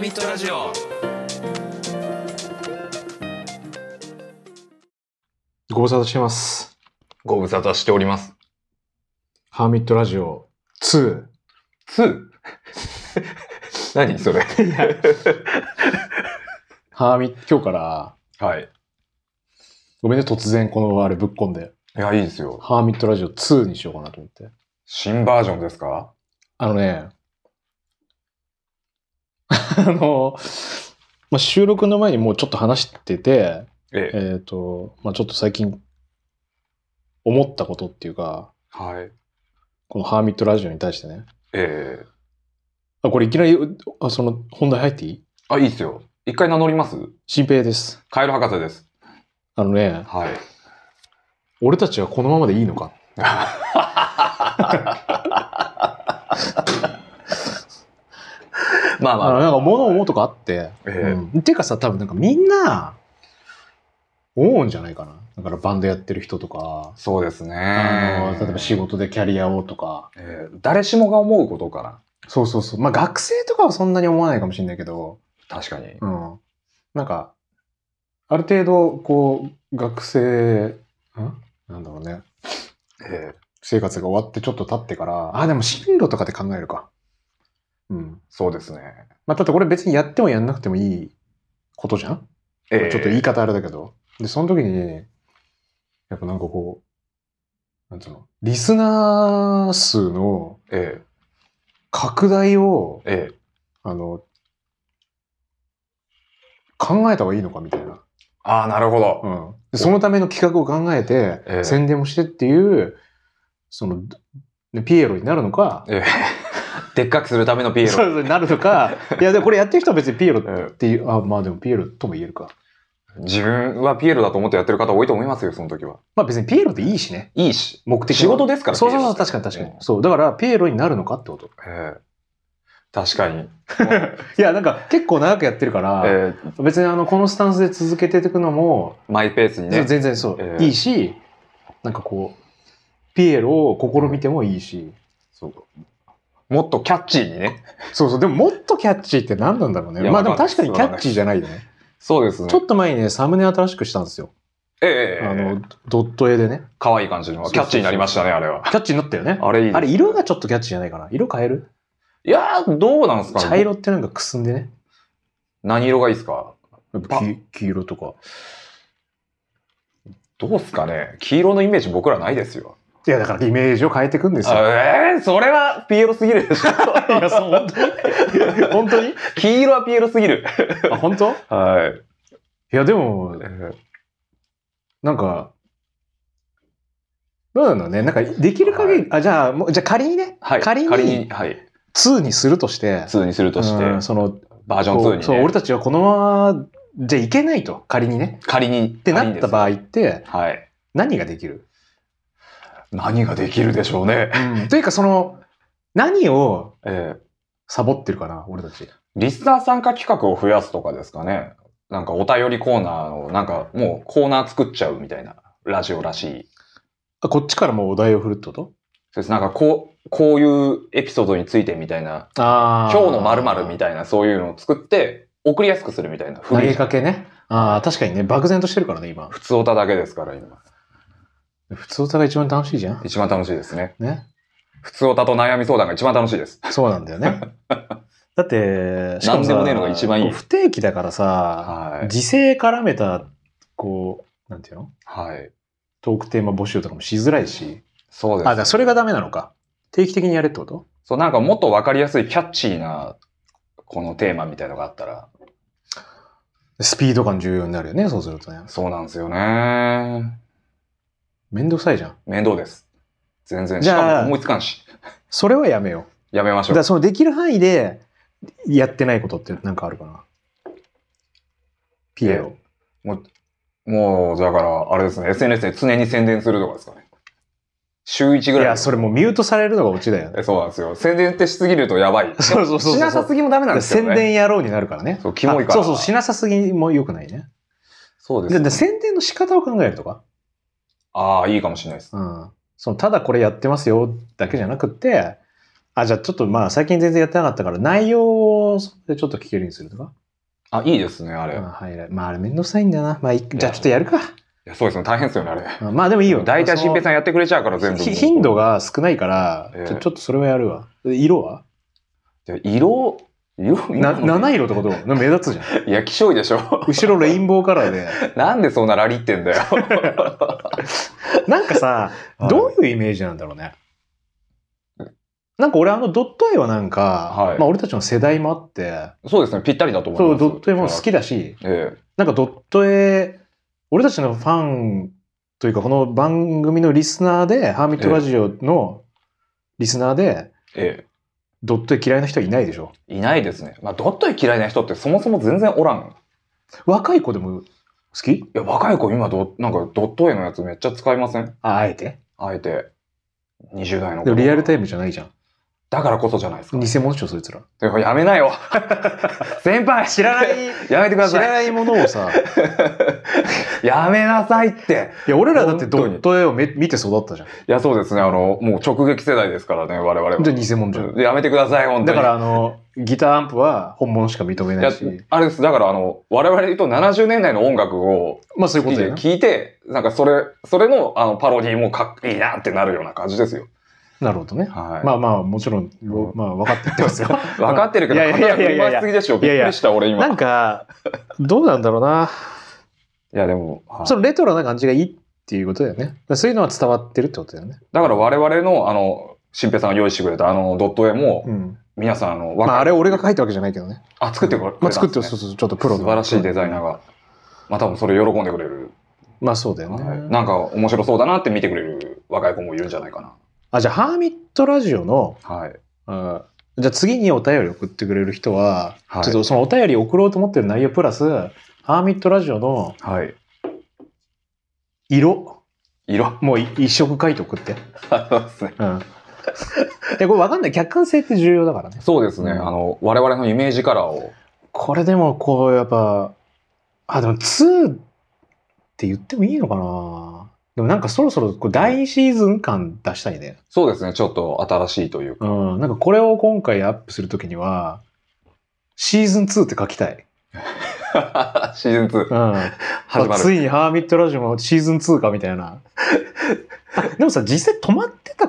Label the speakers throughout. Speaker 1: ミットラジオ
Speaker 2: ご無沙汰してます。
Speaker 1: ご無沙汰しております
Speaker 2: ハーミットラジオ2。
Speaker 1: 2 何それ
Speaker 2: ハーミット、今日から、
Speaker 1: はい
Speaker 2: ごめんね、突然このあれぶっこんで、
Speaker 1: いやいいですよ
Speaker 2: ハーミットラジオ2にしようかなと思って。
Speaker 1: 新バージョンですか
Speaker 2: あのね、 あの、まあ、収録の前にもうちょっと話してて、
Speaker 1: ええ
Speaker 2: えっ、と、まあ、ちょっと最近、思ったことっていうか、
Speaker 1: はい
Speaker 2: このハーミットラジオに対してね。
Speaker 1: ええ
Speaker 2: あ、これいきなり、あその、本題入っていい
Speaker 1: あいいですよ一回名乗ります
Speaker 2: 新平です。
Speaker 1: カエル博士です
Speaker 2: あのね、
Speaker 1: はい
Speaker 2: 俺たちはこのままでいいのか
Speaker 1: まあ
Speaker 2: あの
Speaker 1: まあ
Speaker 2: なんか物を思うとかあって、
Speaker 1: ええ
Speaker 2: うんてかさ多分なんかみんな思うんじゃないかなだからバンドやってる人とか、
Speaker 1: そうですね
Speaker 2: あの例えば仕事でキャリアをとか
Speaker 1: ええ誰しもが思うことかな
Speaker 2: そうそうそうまあ学生とかはそんなに思わないかもしれないけど、
Speaker 1: 確かに
Speaker 2: うん、なんかある程度こう学生んなんだろうね
Speaker 1: ええ
Speaker 2: 生活が終わってちょっと経ってからあでも進路とかで考えるかうん
Speaker 1: そうですね
Speaker 2: まあだってこれ別にやってもやんなくてもいいことじゃん
Speaker 1: ええ
Speaker 2: ちょっと言い方あれだけど。で、その時に、やっぱなんかこう、なんつうの、リスナー数の
Speaker 1: え
Speaker 2: 拡大を
Speaker 1: え、ええ
Speaker 2: あの、考えた方がいいのかみたいな。
Speaker 1: ああなるほど、
Speaker 2: うん。でそのための企画を考えて、
Speaker 1: ええ
Speaker 2: 宣伝もしてっていう、その、ねピエロになるのか、
Speaker 1: ええ でっかくするためのピエロ
Speaker 2: そうそうなるの か、いや、でもこれやってる人は別にピエロ
Speaker 1: ええ
Speaker 2: っていう、あ、まあでもピエロとも言えるか。
Speaker 1: 自分はピエロだと思ってやってる方多いと思いますよ、その時は。
Speaker 2: まあ別にピエロでいいしね。
Speaker 1: いいし。
Speaker 2: 目的は
Speaker 1: 仕事ですから
Speaker 2: そうそうそう、
Speaker 1: ピエロ
Speaker 2: 確かに確かに
Speaker 1: う。ん
Speaker 2: そう、だから、ピエロになるのかってこと。
Speaker 1: ええ確かに。
Speaker 2: いや、なんか、結構長くやってるから、
Speaker 1: ええ
Speaker 2: 別にあの、このスタンスで続けていくのも、
Speaker 1: マイペースにね。
Speaker 2: 全然そう、
Speaker 1: ええ
Speaker 2: いいし、なんかこう、ピエロを試みてもいいし、
Speaker 1: そうもっとキャッチーにね。
Speaker 2: そうそう、でももっとキャッチーって何なんだろう
Speaker 1: い
Speaker 2: ね。
Speaker 1: や
Speaker 2: まあでも
Speaker 1: わかんない
Speaker 2: 確かにキャッチーじゃないよね。
Speaker 1: そうですね。
Speaker 2: ちょっと前にね、サムネ新しくしたんですよ。
Speaker 1: ええ
Speaker 2: あの、ドット絵でね。
Speaker 1: 可愛い感じの。
Speaker 2: そうそうそう
Speaker 1: キャッチーになりましたね、あれは。
Speaker 2: キャッチーになったよね。
Speaker 1: あれいいですね
Speaker 2: あれ、色がちょっとキャッチーじゃないかな。色変える
Speaker 1: いやー、どうなんですか
Speaker 2: 茶色ってなんかくすんでね。
Speaker 1: 何色がいいですかパ
Speaker 2: 黄黄色とか。
Speaker 1: どうっすかね黄色のイメージ僕らないですよ。
Speaker 2: いや、だからイメージを変えていくんですよ。
Speaker 1: ええそれはピエロすぎるでし ょ。
Speaker 2: いや、そう、本当に 本当に
Speaker 1: 黄色はピエロすぎる。
Speaker 2: あ、本当い
Speaker 1: はい。
Speaker 2: や、でも、なんか、どうなのね、なんか、できる限り、あ、じゃあ、もう、じゃあ仮にね、
Speaker 1: はい、
Speaker 2: 仮に
Speaker 1: 仮に、はい。
Speaker 2: 2にするとして、
Speaker 1: 2にするとして、
Speaker 2: うんその、
Speaker 1: バージョン2
Speaker 2: こ
Speaker 1: に、
Speaker 2: う
Speaker 1: ね。
Speaker 2: そう、俺たちはこのまま、じゃいけないと、仮にね。
Speaker 1: 仮に。
Speaker 2: ってなった場
Speaker 1: 合。
Speaker 2: 合って、
Speaker 1: はい。
Speaker 2: 何ができる、
Speaker 1: 何ができるでしょうね。
Speaker 2: というか、その、何を
Speaker 1: ええ
Speaker 2: サボってるかな、俺たち。
Speaker 1: リスナー参加企画を増やすとかですかね。なんかお便りコーナーを、なんかもうコーナー作っちゃうみたいな、ラジオらしい。
Speaker 2: あこっちからもうお題を振るってこと
Speaker 1: そうです。なんかこう、こういうエピソードについてみたいな、
Speaker 2: あ
Speaker 1: 今日の〇〇み
Speaker 2: い
Speaker 1: たいな、そういうのを作って、送りやすくするみたいな。
Speaker 2: 投げ
Speaker 1: 普
Speaker 2: かけね。ああ、確かにね、漠然としてるからね、今。
Speaker 1: 通歌だけですから、今。
Speaker 2: 普通歌が一番楽しいじゃん。
Speaker 1: 一番楽しいですね。
Speaker 2: ね。
Speaker 1: 普通歌と悩み相談が一番楽しいです。
Speaker 2: そうなんだよ ね。だって、しか
Speaker 1: なんでもねえのが一番いい
Speaker 2: こう不定期だからさ、
Speaker 1: はい。
Speaker 2: 時勢絡めた、こう、なんていうの
Speaker 1: はい。
Speaker 2: トークテーマ募集とかもしづらいし。
Speaker 1: そう
Speaker 2: あ、
Speaker 1: で
Speaker 2: だ
Speaker 1: す。
Speaker 2: からそれがダメなのか。定期的にやれってこと
Speaker 1: そう、なんかもっとわかりやすいキャッチーな、このテーマみたいのがあったら、
Speaker 2: スピード感重要になるよね、そうするとね。
Speaker 1: そうなんですよね。
Speaker 2: めんどくさいじゃん。
Speaker 1: 面倒です。全然。
Speaker 2: じ
Speaker 1: し
Speaker 2: ゃ
Speaker 1: か
Speaker 2: あ
Speaker 1: も思いつかんし。
Speaker 2: それはやめよう。
Speaker 1: やめまし
Speaker 2: だ
Speaker 1: ょ
Speaker 2: か
Speaker 1: う
Speaker 2: ら。そのできる範囲でやってないことってなんかあるかな。ピエロ。
Speaker 1: もう、だから、あれですね、SNS で常に宣伝するとかですかね。週1
Speaker 2: い
Speaker 1: ぐらい。
Speaker 2: や、それもうミュートされるのがオチだよね。
Speaker 1: えそうなんですよ。宣伝ってしすぎるとやばい。
Speaker 2: そうそうそうそう。
Speaker 1: しなさすぎもダメなんですよ、ね。
Speaker 2: 宣伝野郎になるからね。
Speaker 1: そうキモいから
Speaker 2: あそうそう、しなさすぎも良くないね。
Speaker 1: そうで、
Speaker 2: ですで
Speaker 1: ね。
Speaker 2: 宣伝の仕方を考えるとか、
Speaker 1: ああ、いいかもしれないです。
Speaker 2: うん、そのただこれやってますよだけじゃなくって、あ、じゃあちょっとまあ最近全然やってなかったから内容をそれでちょっと聞けるようにするとか。
Speaker 1: あ、いいですね、あれ。
Speaker 2: ま
Speaker 1: い
Speaker 2: あ、ハイライトまあ、あれめんどくさいんだよな。まあ、いじゃあちょっとやるか。
Speaker 1: やそうですね、大変ですよね、あれ。
Speaker 2: うんまあ、でもいいよ。
Speaker 1: 大体、新平さんやってくれちゃうから、
Speaker 2: そ
Speaker 1: 全
Speaker 2: の
Speaker 1: 部。
Speaker 2: ひ頻度。が少ないから、
Speaker 1: ええ
Speaker 2: ちょちょっとそれはやるわ。で色は
Speaker 1: で色、色、
Speaker 2: な七色ってことな目立つじゃん。
Speaker 1: いや、希少いでしょ。
Speaker 2: 後ろレインボーカラーで。
Speaker 1: なんでそんなラリってんだよ。
Speaker 2: なんかさ、どういうイメージなんだろうね。なんか俺あのドット絵はなんか、
Speaker 1: はい
Speaker 2: まあ俺たちの世代もあって、
Speaker 1: そうですね、ぴったりだと思い
Speaker 2: そ
Speaker 1: ま
Speaker 2: う、
Speaker 1: す。
Speaker 2: ドット絵も好きだし、
Speaker 1: え
Speaker 2: なんかドット絵、俺たちのファンというかこの番組のリスナーで、ハーミットラジオのリスナーで、
Speaker 1: え、え
Speaker 2: ドット絵嫌いな人はいないでしょ。
Speaker 1: え、いないですね。まあ、ドット絵嫌いな人ってそもそも全然おらん。
Speaker 2: 若い子でも好き
Speaker 1: いや、若い子今ど、なんかドット絵のやつめっちゃ使いません
Speaker 2: あ、あえて。
Speaker 1: あえて。20代の
Speaker 2: で
Speaker 1: 子
Speaker 2: もリアルタ
Speaker 1: イ
Speaker 2: イムじゃないじゃん。
Speaker 1: だからこそじゃないですか。
Speaker 2: 偽物でしょ、そいつら。
Speaker 1: てかやめなよ 先輩知らないやめてくだ
Speaker 2: 知ら
Speaker 1: さい
Speaker 2: ないものをさ、
Speaker 1: やめなさいって
Speaker 2: いや、俺らだってド
Speaker 1: 本当に
Speaker 2: ット絵をめ見て育ったじゃん。
Speaker 1: いや、そうですね。あの、もう直撃世代ですからね、我々は。
Speaker 2: で、偽物じゃん。
Speaker 1: やめてください、本当
Speaker 2: だ
Speaker 1: に。
Speaker 2: から、あの、ギターアンプは本物しか認めな
Speaker 1: い
Speaker 2: い
Speaker 1: や
Speaker 2: し、、
Speaker 1: あれです。だから、あの、我々で言うと70年代の音楽を
Speaker 2: まあそういう
Speaker 1: 好き
Speaker 2: ことだ
Speaker 1: で
Speaker 2: よね。
Speaker 1: 聞いて、なんかそれ、それのあのパロディーもかっいいなってなるような感じですよ。
Speaker 2: なるほどね。
Speaker 1: はい。
Speaker 2: まあまあ、もちろん、
Speaker 1: うん
Speaker 2: まあ分かって言ってますよ。
Speaker 1: 分かってるけど、
Speaker 2: いやいやいやいや
Speaker 1: 肩車すぎでしょ。
Speaker 2: い
Speaker 1: び
Speaker 2: やい
Speaker 1: っ
Speaker 2: や
Speaker 1: くりした、俺今。
Speaker 2: なん
Speaker 1: い
Speaker 2: か、どうなんだろうな。
Speaker 1: や、でも、はい
Speaker 2: そのレトロな感じがいいっていうことだよね。だからそういうのは伝わってるってことだよね。
Speaker 1: だから我々の、あの、新平さんが用意してくれたあのドット絵も、
Speaker 2: うん。
Speaker 1: 皆さん、あの、
Speaker 2: ま
Speaker 1: 若い
Speaker 2: あ、あれ俺が書いたわけじゃないけどね。
Speaker 1: あ、作ってくれたんですね
Speaker 2: まあ、作って、そうそう、ちょっとプロの
Speaker 1: 素晴らしいデザイナー
Speaker 2: ー。
Speaker 1: が。まあ多分それ喜んでくれる。
Speaker 2: まあそうだよね。
Speaker 1: はいなんか面白そうだなって見てくれる若い子もいるんじゃないかな。
Speaker 2: あ、じゃあ、ハーミットラジオの、
Speaker 1: はい。
Speaker 2: あじゃあ次にお便り送ってくれる人は、
Speaker 1: はい
Speaker 2: ちょっとそのお便り送ろうと思ってる内容プラス、ハーミットラジオの
Speaker 1: はい。
Speaker 2: 色、
Speaker 1: 色。
Speaker 2: もうい一色書いて送って。
Speaker 1: そうですね。
Speaker 2: うん。 で、これわかんない。客観性って重要だからね。
Speaker 1: そうですね。
Speaker 2: うん
Speaker 1: あの、我々のイメージカラーを。
Speaker 2: これでもこう、やっぱ、あ、でも2って言ってもいいのかなでもなんかそろそろこう第2シーズン感出したいね。
Speaker 1: そうですね。ちょっと新しいというか。
Speaker 2: うん。なんかこれを今回アップするときには、シーズン2って書きたい。
Speaker 1: シーズン2
Speaker 2: うん。
Speaker 1: 始ま
Speaker 2: あつ
Speaker 1: る。
Speaker 2: いにハーミットラジオもシーズン2かみたいな。あでもさ、実際止まってた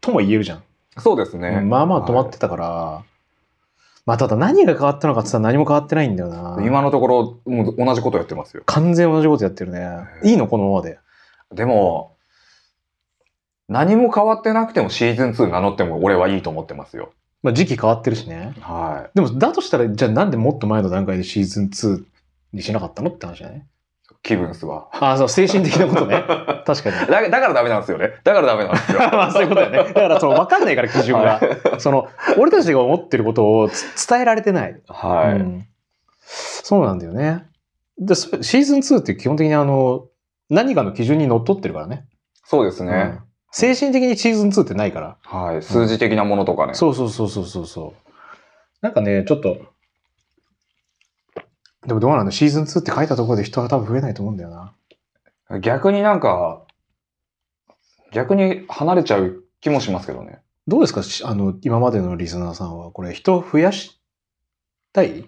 Speaker 2: とも言えるじゃん。
Speaker 1: そうですね。
Speaker 2: まあまあ止まっ
Speaker 1: は。
Speaker 2: てたから。まあただ何が変わったのかって言ったら何も変わってないんだよない
Speaker 1: 今のところ、もう同じことやってますよ。
Speaker 2: 完全に同じことやってるね。いいのこのままで。
Speaker 1: でも、何も変わってなくてもシーズン2名乗っても俺はいいと思ってますよ。
Speaker 2: まあ時期変わってるしね。
Speaker 1: はい。
Speaker 2: でもだとしたら、じゃあなんでもっと前の段階でシーズン2にしなかったのって話だね。
Speaker 1: 気分っすわ。
Speaker 2: ああ、そう、精神的なことね。確かに。
Speaker 1: だだからダメなんですよね。だからダメなんですよ。
Speaker 2: まあそういうことだよね。だからその分かんないから基準が。その、俺たちが思ってることをつ伝えられてない。
Speaker 1: はい。
Speaker 2: うんそうなんだよね。で、そシーズン2って基本的にあの、何かの基準にのっとってるからね。
Speaker 1: そうですね、
Speaker 2: うん精神的にシーズン2ってないから。
Speaker 1: はい。数字的なものとかね。
Speaker 2: そうそうそうそうそうそう。なんかね、ちょっと、でもどうなんだシーズン2って書いたところで人は多分増えないと思うんだよな。
Speaker 1: 逆になんか、逆に離れちゃう気もしますけどね。
Speaker 2: どうですかしあの、今までのリスナーさんは、これ人を増やしたい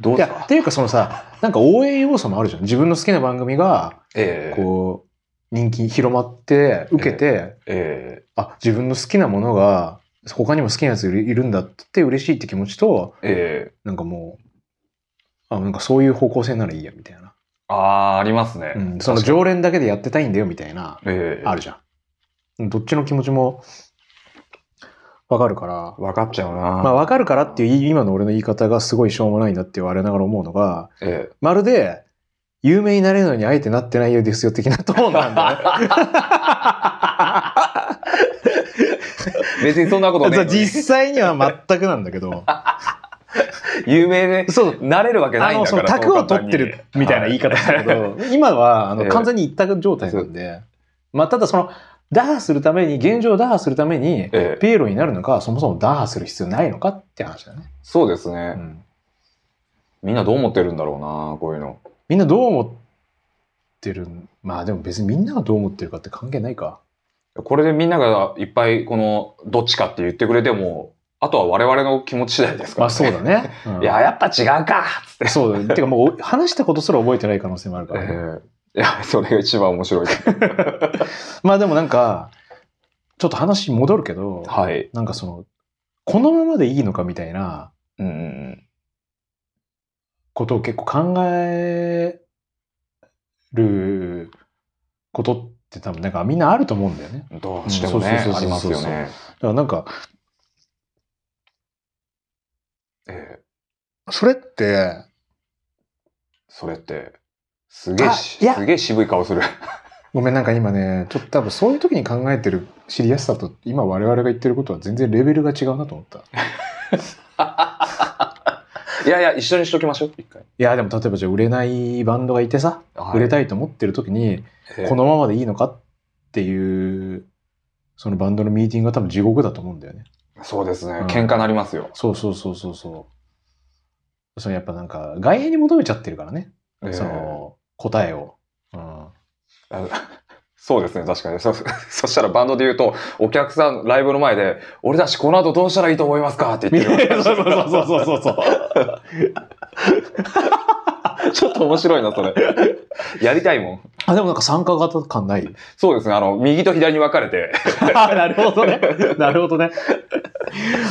Speaker 1: どう
Speaker 2: い
Speaker 1: です
Speaker 2: や、っ
Speaker 1: か
Speaker 2: ていうかそのさ、なんか応援要素もあるじゃん。自分の好きな番組が、
Speaker 1: ええ
Speaker 2: こう、人気広まって、受けて、
Speaker 1: え
Speaker 2: あ、自分の好きなものが、他にも好きなやついるいるんだって嬉しいって気持ちと、
Speaker 1: えええ
Speaker 2: なんかもう、あ、なんかそういう方向性ならいいや、みたいな。
Speaker 1: あー、ありますね。
Speaker 2: うん、そ
Speaker 1: 確か
Speaker 2: の
Speaker 1: に
Speaker 2: 常連だけでやってたいんだよ、みたいな、
Speaker 1: ええ
Speaker 2: あるじゃん。どっちの気持ちも、わかるから。
Speaker 1: 分かっちゃうな。
Speaker 2: まあ、わかるからっていう、今の俺の言い方がすごいしょうもないなって言われながら思うのが、
Speaker 1: ええ
Speaker 2: まるで、有名になれるのにあえてなってないようですよ、的なトーンなんだよね。
Speaker 1: 別にそんな ことねえのに。
Speaker 2: 実際には全くなんだ けど。
Speaker 1: 有名で、
Speaker 2: そう、
Speaker 1: なれるわけな
Speaker 2: あ
Speaker 1: いん
Speaker 2: の、
Speaker 1: だ
Speaker 2: そ
Speaker 1: か
Speaker 2: の、
Speaker 1: ら。
Speaker 2: 卓を
Speaker 1: そう
Speaker 2: 取ってるみたいな言い方だけ
Speaker 1: はい
Speaker 2: ど、今は、あの、
Speaker 1: ええ
Speaker 2: 完全に一択状態なんで、まあ、ただその、打破するために、現状を打破するために、
Speaker 1: ええ
Speaker 2: ピエロになるのか、そもそも打破する必要ないのかって話だね。
Speaker 1: そうです
Speaker 2: う
Speaker 1: ね、
Speaker 2: ん
Speaker 1: みんなどう思ってるんだろうな、こういうの。
Speaker 2: みんなどう思ってるんまあでも別にみんながどう思ってるかって関係ないか。
Speaker 1: これでみんながいっぱいこのどっちかって言ってくれてもあとは我々の気持ち次第ですから
Speaker 2: まあそう だね。うん
Speaker 1: いや、やっぱ違うかつって。
Speaker 2: そうだね。てかもう、話したことすら覚えてない可能性もあるからね、
Speaker 1: いや、それが一番面 白い。
Speaker 2: まあでもなんか、ちょっと話戻るけど、
Speaker 1: はい。
Speaker 2: なんかその、このままでいいのかみたいな
Speaker 1: うんうん
Speaker 2: ことを結構考えることって多分なんかみんなあると思うんだよね。
Speaker 1: うん。どうしても
Speaker 2: うん
Speaker 1: ね、
Speaker 2: そうそうそうそう
Speaker 1: ありますよね。
Speaker 2: だからなんか、
Speaker 1: ええ
Speaker 2: それって、
Speaker 1: それって、すげえし、
Speaker 2: あいや
Speaker 1: すげえ渋い顔 する。
Speaker 2: ごめんなんか今ね、ちょっと多分そういう時に考えてる知りやすさと今我々が言ってることは全然レベルが違うなと思った。い
Speaker 1: いやいや、一緒にしときましょう。一回。
Speaker 2: やでも例えばじゃあ売れないバンドがいてさ、売れ
Speaker 1: た、
Speaker 2: たいと思ってる時に、
Speaker 1: ええ
Speaker 2: このままでいいのかっていう、そのバンドのミーティングが多分地獄だと思うんだよね。
Speaker 1: そうですね
Speaker 2: うん。
Speaker 1: 喧嘩なりますよ。
Speaker 2: そうそうそうそうそう。そのやっぱなんか外縁に求めちゃってるからね、
Speaker 1: ええ
Speaker 2: その答えを。うん、
Speaker 1: あそう ですね、確かに。そ、そしたらバンドで言うと、お客さん、ライブの前で、俺たちこの後どうしたらいいと思いますかって言ってる。
Speaker 2: そうそうそうそうそうそう。
Speaker 1: ちょっと面白いな、それ。やりたいもん。
Speaker 2: あでもなんか参加型感ない
Speaker 1: そうですね、あの、右と左に分かれて、
Speaker 2: あなるほどね。なるほどね。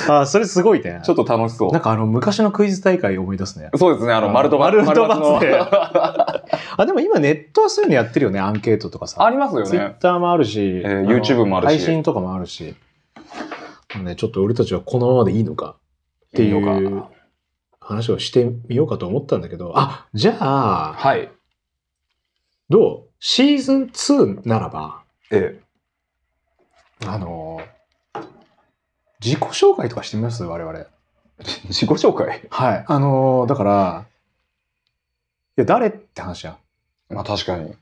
Speaker 2: あそれすごいね。
Speaker 1: ちょっと楽しそう
Speaker 2: なん。かあの昔のクイズ大会思い出すね。
Speaker 1: そうですね、あの、
Speaker 2: あ
Speaker 1: 丸とバツ
Speaker 2: 丸とバツ
Speaker 1: の
Speaker 2: で あでも今ネットはそういうのやってるよねアンケートとかさ。
Speaker 1: ありますよ
Speaker 2: ツイッ
Speaker 1: ね。
Speaker 2: ターもあるし、
Speaker 1: えー YouTube もあるし
Speaker 2: 配信とかもあるし、ね、ちょっと俺たちはこのままでいいのかってい
Speaker 1: いいの
Speaker 2: う
Speaker 1: か
Speaker 2: 話をしてみようかと思ったんだけど、あじゃあ、
Speaker 1: はい。
Speaker 2: どうシーズン2ならば、
Speaker 1: え
Speaker 2: あの、自己紹介とかしてみます我々。
Speaker 1: え、自己紹介
Speaker 2: はい。あの、だから、いや、誰って話や
Speaker 1: まあ確かに。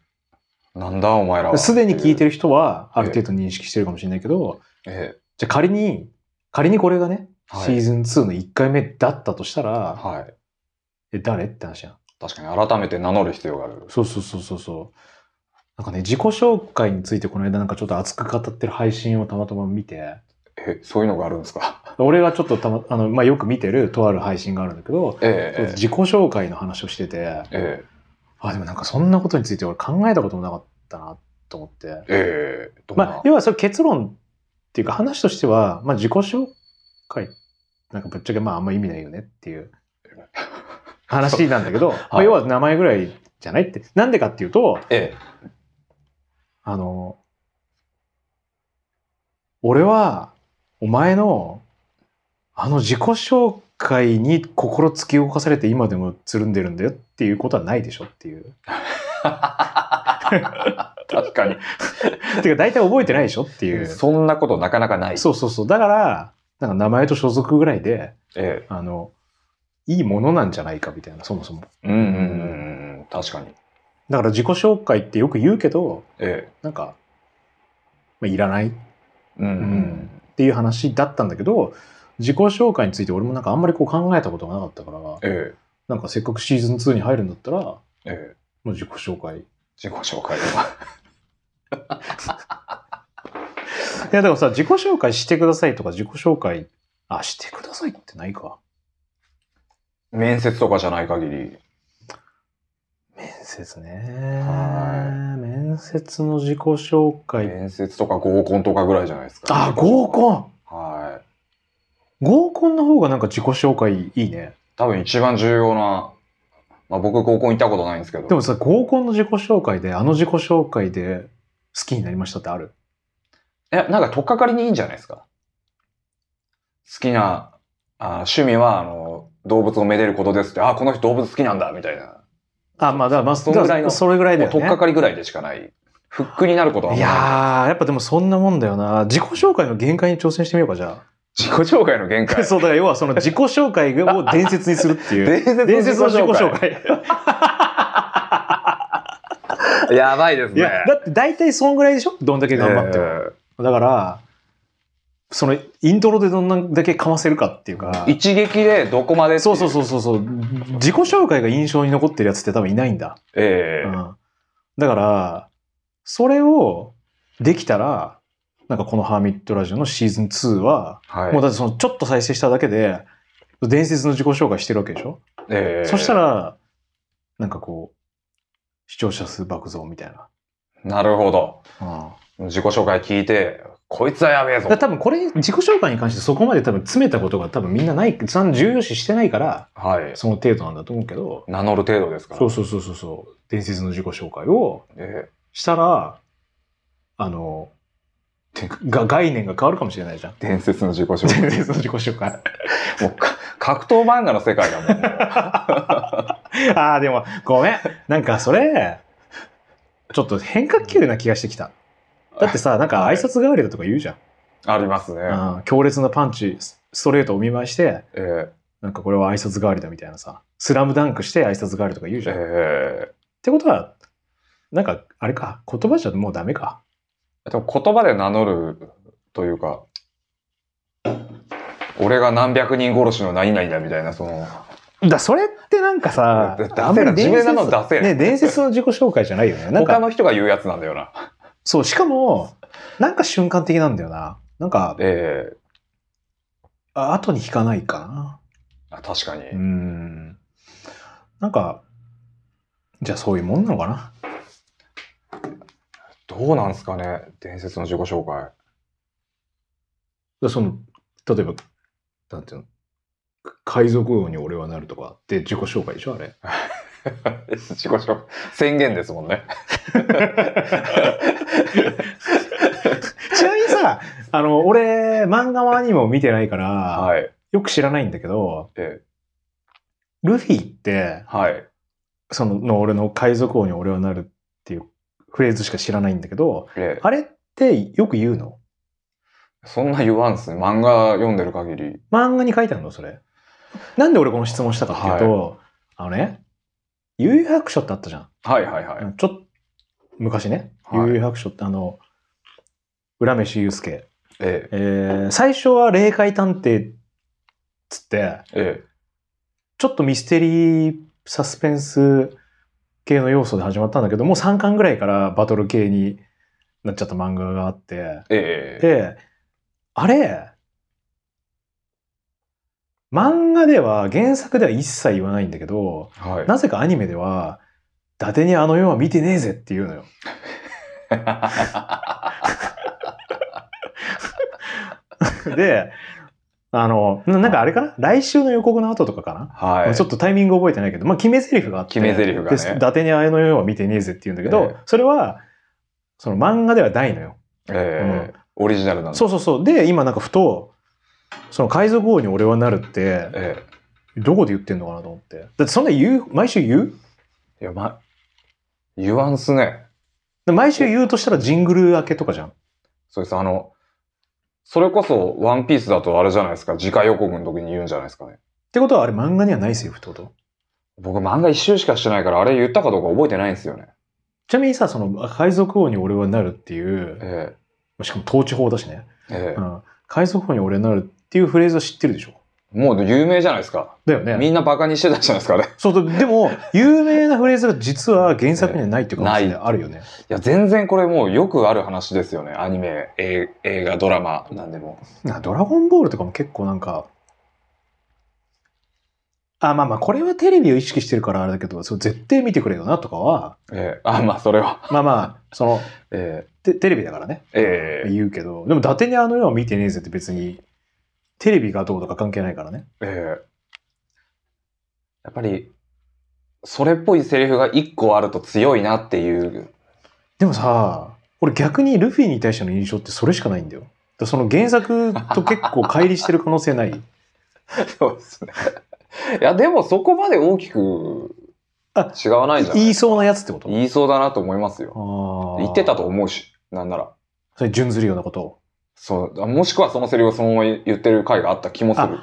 Speaker 1: なんだお前ら
Speaker 2: ん。
Speaker 1: は。
Speaker 2: すでに聞いて
Speaker 1: る。
Speaker 2: る人は、ある程度認識してるかもしれないけど、
Speaker 1: え
Speaker 2: じゃあ仮に、仮にこれがね、
Speaker 1: はい
Speaker 2: シーズン2の1回目だったとしたら、
Speaker 1: え、はい。
Speaker 2: え、誰って話やん。
Speaker 1: 確かに改めて名乗る必要がある。
Speaker 2: そうそうそうそうそう。なんかね、自己紹介についてこの間なんかちょっと熱く語ってる配信をたまたま見て、
Speaker 1: え、そういうのがあるんですか
Speaker 2: 俺がちょっとたま、あの、まあ、よく見てるとある配信があるんだけど、
Speaker 1: ええ、
Speaker 2: 自己紹介の話をしてて、
Speaker 1: え
Speaker 2: あ、でもなんかそんなことについて俺考えたこともなかったなと思って。
Speaker 1: え、ええ、どんな、
Speaker 2: まあ、要はそれ結論っていうか話としては、まあ、自己紹介、なんかぶっちゃけまああんま意味ないよねっていう話なんだ けど、まあ、要は名前ぐらいじゃないって。なんでかっていうと、
Speaker 1: ええ、
Speaker 2: あの、俺は、お前の、あの自己紹介に心突き動かされて今でもつるんでるんだよっていうことはないでしょっていう。
Speaker 1: 確かに。
Speaker 2: てか大体覚えてないでしょっていう。
Speaker 1: そんなことなかなかない。
Speaker 2: そうそうそう。だから、なんか名前と所属ぐらいで、
Speaker 1: え
Speaker 2: あの、いいものなんじゃないかみたいな、そもそも。
Speaker 1: え、うんうんうんうん、確かに。
Speaker 2: だから自己紹介ってよく言うけど、
Speaker 1: え
Speaker 2: なんか、まあ、いらないっ
Speaker 1: え、うんうん。
Speaker 2: ていう話だったんだけど、自己紹介について俺もなんかあんまりこう考えたことがなかったから、
Speaker 1: え
Speaker 2: なんかせっかくシーズン2に入るんだったら、も
Speaker 1: え、ええ、
Speaker 2: う自己紹介。い
Speaker 1: 自己紹介は。
Speaker 2: やでもさ、自己紹介してくださいとか自己紹介、あ、してくださいってないか。
Speaker 1: 面接とかじゃない限り。
Speaker 2: 面接ね。
Speaker 1: は
Speaker 2: 面接の自己紹介。
Speaker 1: 面接とか合コンとかぐらいじゃないですか、
Speaker 2: あ、合コン
Speaker 1: ンはい。
Speaker 2: 合コンの方がなんか自己紹介いいね。
Speaker 1: 多分一番重要な、まあ僕合コン行ったことないんですけど。
Speaker 2: でもさ、合コンの自己紹介で、あの自己紹介で好きになりましたってある
Speaker 1: え、なんか取っかかりにいいんじゃないですか好きな、あ趣味は、あの、動物をめでることですって、あ、この人動物好きなんだ、みたいな。
Speaker 2: あ、まあ、だからまあ、
Speaker 1: そのぐらいの
Speaker 2: それぐらいだ
Speaker 1: も
Speaker 2: よ
Speaker 1: う
Speaker 2: ね。
Speaker 1: 取っかかりぐらいでしかない。フックになることはあん
Speaker 2: い
Speaker 1: ま
Speaker 2: や
Speaker 1: ない
Speaker 2: ー、やっぱでもそんなもんだよな。自己紹介の限界に挑戦してみようか、じゃ
Speaker 1: 自己紹介の限
Speaker 2: あ。
Speaker 1: 界。
Speaker 2: そう、だから要はその自己紹介を伝説にするっていう。
Speaker 1: 伝説の
Speaker 2: 伝説の自己
Speaker 1: 自
Speaker 2: 紹
Speaker 1: 己
Speaker 2: 介。
Speaker 1: 介。やばいです
Speaker 2: い
Speaker 1: ね。
Speaker 2: や、だって大体そんぐらいでしょどんだけ頑張っても。だから、そのイントロでどんなだけかませるかっていうか
Speaker 1: えー。一撃でどこまでってい
Speaker 2: そうそうそうそうそう。自己紹介が印象に残ってるやつって多分いないんだ。
Speaker 1: ええ
Speaker 2: うんだから、それをできたら、なんかこのハーミットラジオのシーズン2は、
Speaker 1: はい。
Speaker 2: もうだってそのちょっと再生しただけで、伝説の自己紹介してるわけでしょ、
Speaker 1: ええ
Speaker 2: そした、ら、なんかこう、視聴者数爆増みたいな。
Speaker 1: なるほど。
Speaker 2: うん
Speaker 1: 自己紹介聞いて、こいつはやべえぞ
Speaker 2: だから。多分これ自己紹介に関してそこまで多分詰めたことが多分みんなないそんな重要視してないから
Speaker 1: はい。
Speaker 2: その程度なんだと思うけど
Speaker 1: 名乗る程度ですから。
Speaker 2: そうそうそうそうそう伝説の自己紹介を
Speaker 1: え
Speaker 2: したらあの
Speaker 1: えてか
Speaker 2: が概念が変わるかもしれないじゃん
Speaker 1: 伝説の自己紹介。
Speaker 2: 伝説の自己紹介
Speaker 1: もうか格闘漫画の世界だもん。
Speaker 2: ああでもごめんなんかそれちょっと変化球な気がしてきただってさなんか挨拶代わりだとか言うじゃん、
Speaker 1: ありますね。
Speaker 2: うん強烈なパンチスストレートお見舞いして
Speaker 1: ええ
Speaker 2: なんかこれは挨拶代わりだみたいなさ、スラムダンクして挨拶代わりとか言うじゃん。っ
Speaker 1: え
Speaker 2: てことは、なんかあれか、言葉じゃもうダメか。
Speaker 1: えでも言葉で名乗るというか、俺が何百人殺しの何々だみたいな、その、
Speaker 2: だそれってなんかさ、
Speaker 1: だだ
Speaker 2: あんまり伝説
Speaker 1: 自分らの出せ
Speaker 2: ね、伝説の自己紹介じゃないよね。なん
Speaker 1: 他
Speaker 2: か、
Speaker 1: の人が言うやつなんだよな。
Speaker 2: そう、しかも、なんか瞬間的なんだよな。なんか、
Speaker 1: ええ
Speaker 2: あ後に引かないかな。
Speaker 1: あ確かに。
Speaker 2: うーん。なんか、じゃあそういうもんなのかな。
Speaker 1: どうなんですかね、伝説の自己紹介。
Speaker 2: だその、例えば、なんていうの、海賊王に俺はなるとかって自己紹介でしょ、あれ。
Speaker 1: 自己紹介。宣言ですもんね。
Speaker 2: ちなみに さ、あの、俺、漫画もアニメも見てないから、
Speaker 1: はい。
Speaker 2: よく知らないんだけど、
Speaker 1: ええ
Speaker 2: ルフィって、
Speaker 1: はい。
Speaker 2: その、の俺の海賊王に俺はなるっていうフレーズしか知らないんだけど、
Speaker 1: ええ
Speaker 2: あれってよく言うの
Speaker 1: そんな言わんっすね。漫画読んでる限り。
Speaker 2: 漫画に書いてあるのそれ。なんで俺この質問したかっていうと、あのね、幽遊白書ってあったじゃん。
Speaker 1: はいはいはい。
Speaker 2: ちょっと、昔ね、
Speaker 1: はい
Speaker 2: 幽遊白書ってあの、浦飯祐介。
Speaker 1: え
Speaker 2: えー最初は霊界探偵っつって、
Speaker 1: ええ
Speaker 2: ちょっとミステリー、サスペンス系の要素で始まったんだけど、もう3巻ぐらいからバトル系になっちゃった漫画があって、
Speaker 1: ええええ
Speaker 2: で、あれ、漫画では原作では一切言わないんだけど、
Speaker 1: はい。
Speaker 2: なぜかアニメでは、伊達にあの世は見てねえぜって言 うのよ。で、あの、ななんかあれかな来週の予告の後とかかな
Speaker 1: はい。
Speaker 2: ちょっとタイミング覚えてないけど、まあ、決め台詞があって。
Speaker 1: 決め台詞がね
Speaker 2: で伊達にあの世は見てねえぜって言うんだけど、
Speaker 1: ええ
Speaker 2: それは、その漫画ではないのよ。
Speaker 1: ええオリジナルなんだ。
Speaker 2: そうそうそう。で、今なんかふと、その海賊王に俺はなるって、
Speaker 1: え
Speaker 2: どこで言ってんのかなと思って。だってそんな言う、毎週言う
Speaker 1: えいや、ま、言わんっすね。
Speaker 2: で毎週言うとしたらジングル明けとかじゃん。
Speaker 1: そうです。あの、それこそ、ワンピースだとあれじゃないですか。次回予告の時に言うんじゃないですかね。
Speaker 2: ってことはあれ漫画にはないセリフってこと
Speaker 1: 僕漫画一周しかしてないから、あれ言ったかどうか覚えてないんですよね。
Speaker 2: ちなみにさ、その海賊王に俺はなるっていう、
Speaker 1: え
Speaker 2: しかも統治法だしね。
Speaker 1: えええ
Speaker 2: うん。海賊王に俺はなるっていうフレーズは知ってるでしょ。
Speaker 1: もう有名じゃないですか。
Speaker 2: だよね。
Speaker 1: みんなバカにしてたじゃないですか、あれ。い
Speaker 2: そうだ、でも、有名なフレーズが実は原作にはないっていう可能性
Speaker 1: ない
Speaker 2: あるよね。
Speaker 1: や、全然これもうよくある話ですよね。アニメ、え映画、ドラマ、なんでも。
Speaker 2: なドラゴンボールとかも結構なんか、あ、まあまあ、これはテレビを意識してるからあれだけど、そう絶対見てくれよなとかは、
Speaker 1: ええあ、まあ、それは。
Speaker 2: まあまあ、その、
Speaker 1: え
Speaker 2: テテレビだからね、
Speaker 1: えええ
Speaker 2: 言うけど、でも伊達にあの世は見てねえぜって別に、テレビがどうとか関係ないからね。
Speaker 1: ええやっぱり、それっぽいセリフが一個あると強いなっていう。
Speaker 2: でもさ、俺逆にルフィに対しての印象ってそれしかないんだよ。だからその原作と結構乖離してる可能性 ない
Speaker 1: そうですね。 いや、でもそこまで大きく
Speaker 2: あ
Speaker 1: 違わないじゃない
Speaker 2: 言いそうなやつってこと
Speaker 1: 言いそうだなと思いますよ。
Speaker 2: 言
Speaker 1: 言ってたと思うし、なんなら。
Speaker 2: それ準ずるようなことを
Speaker 1: そう、あもしくはそのセリフをそのまま言ってる回があった気もする。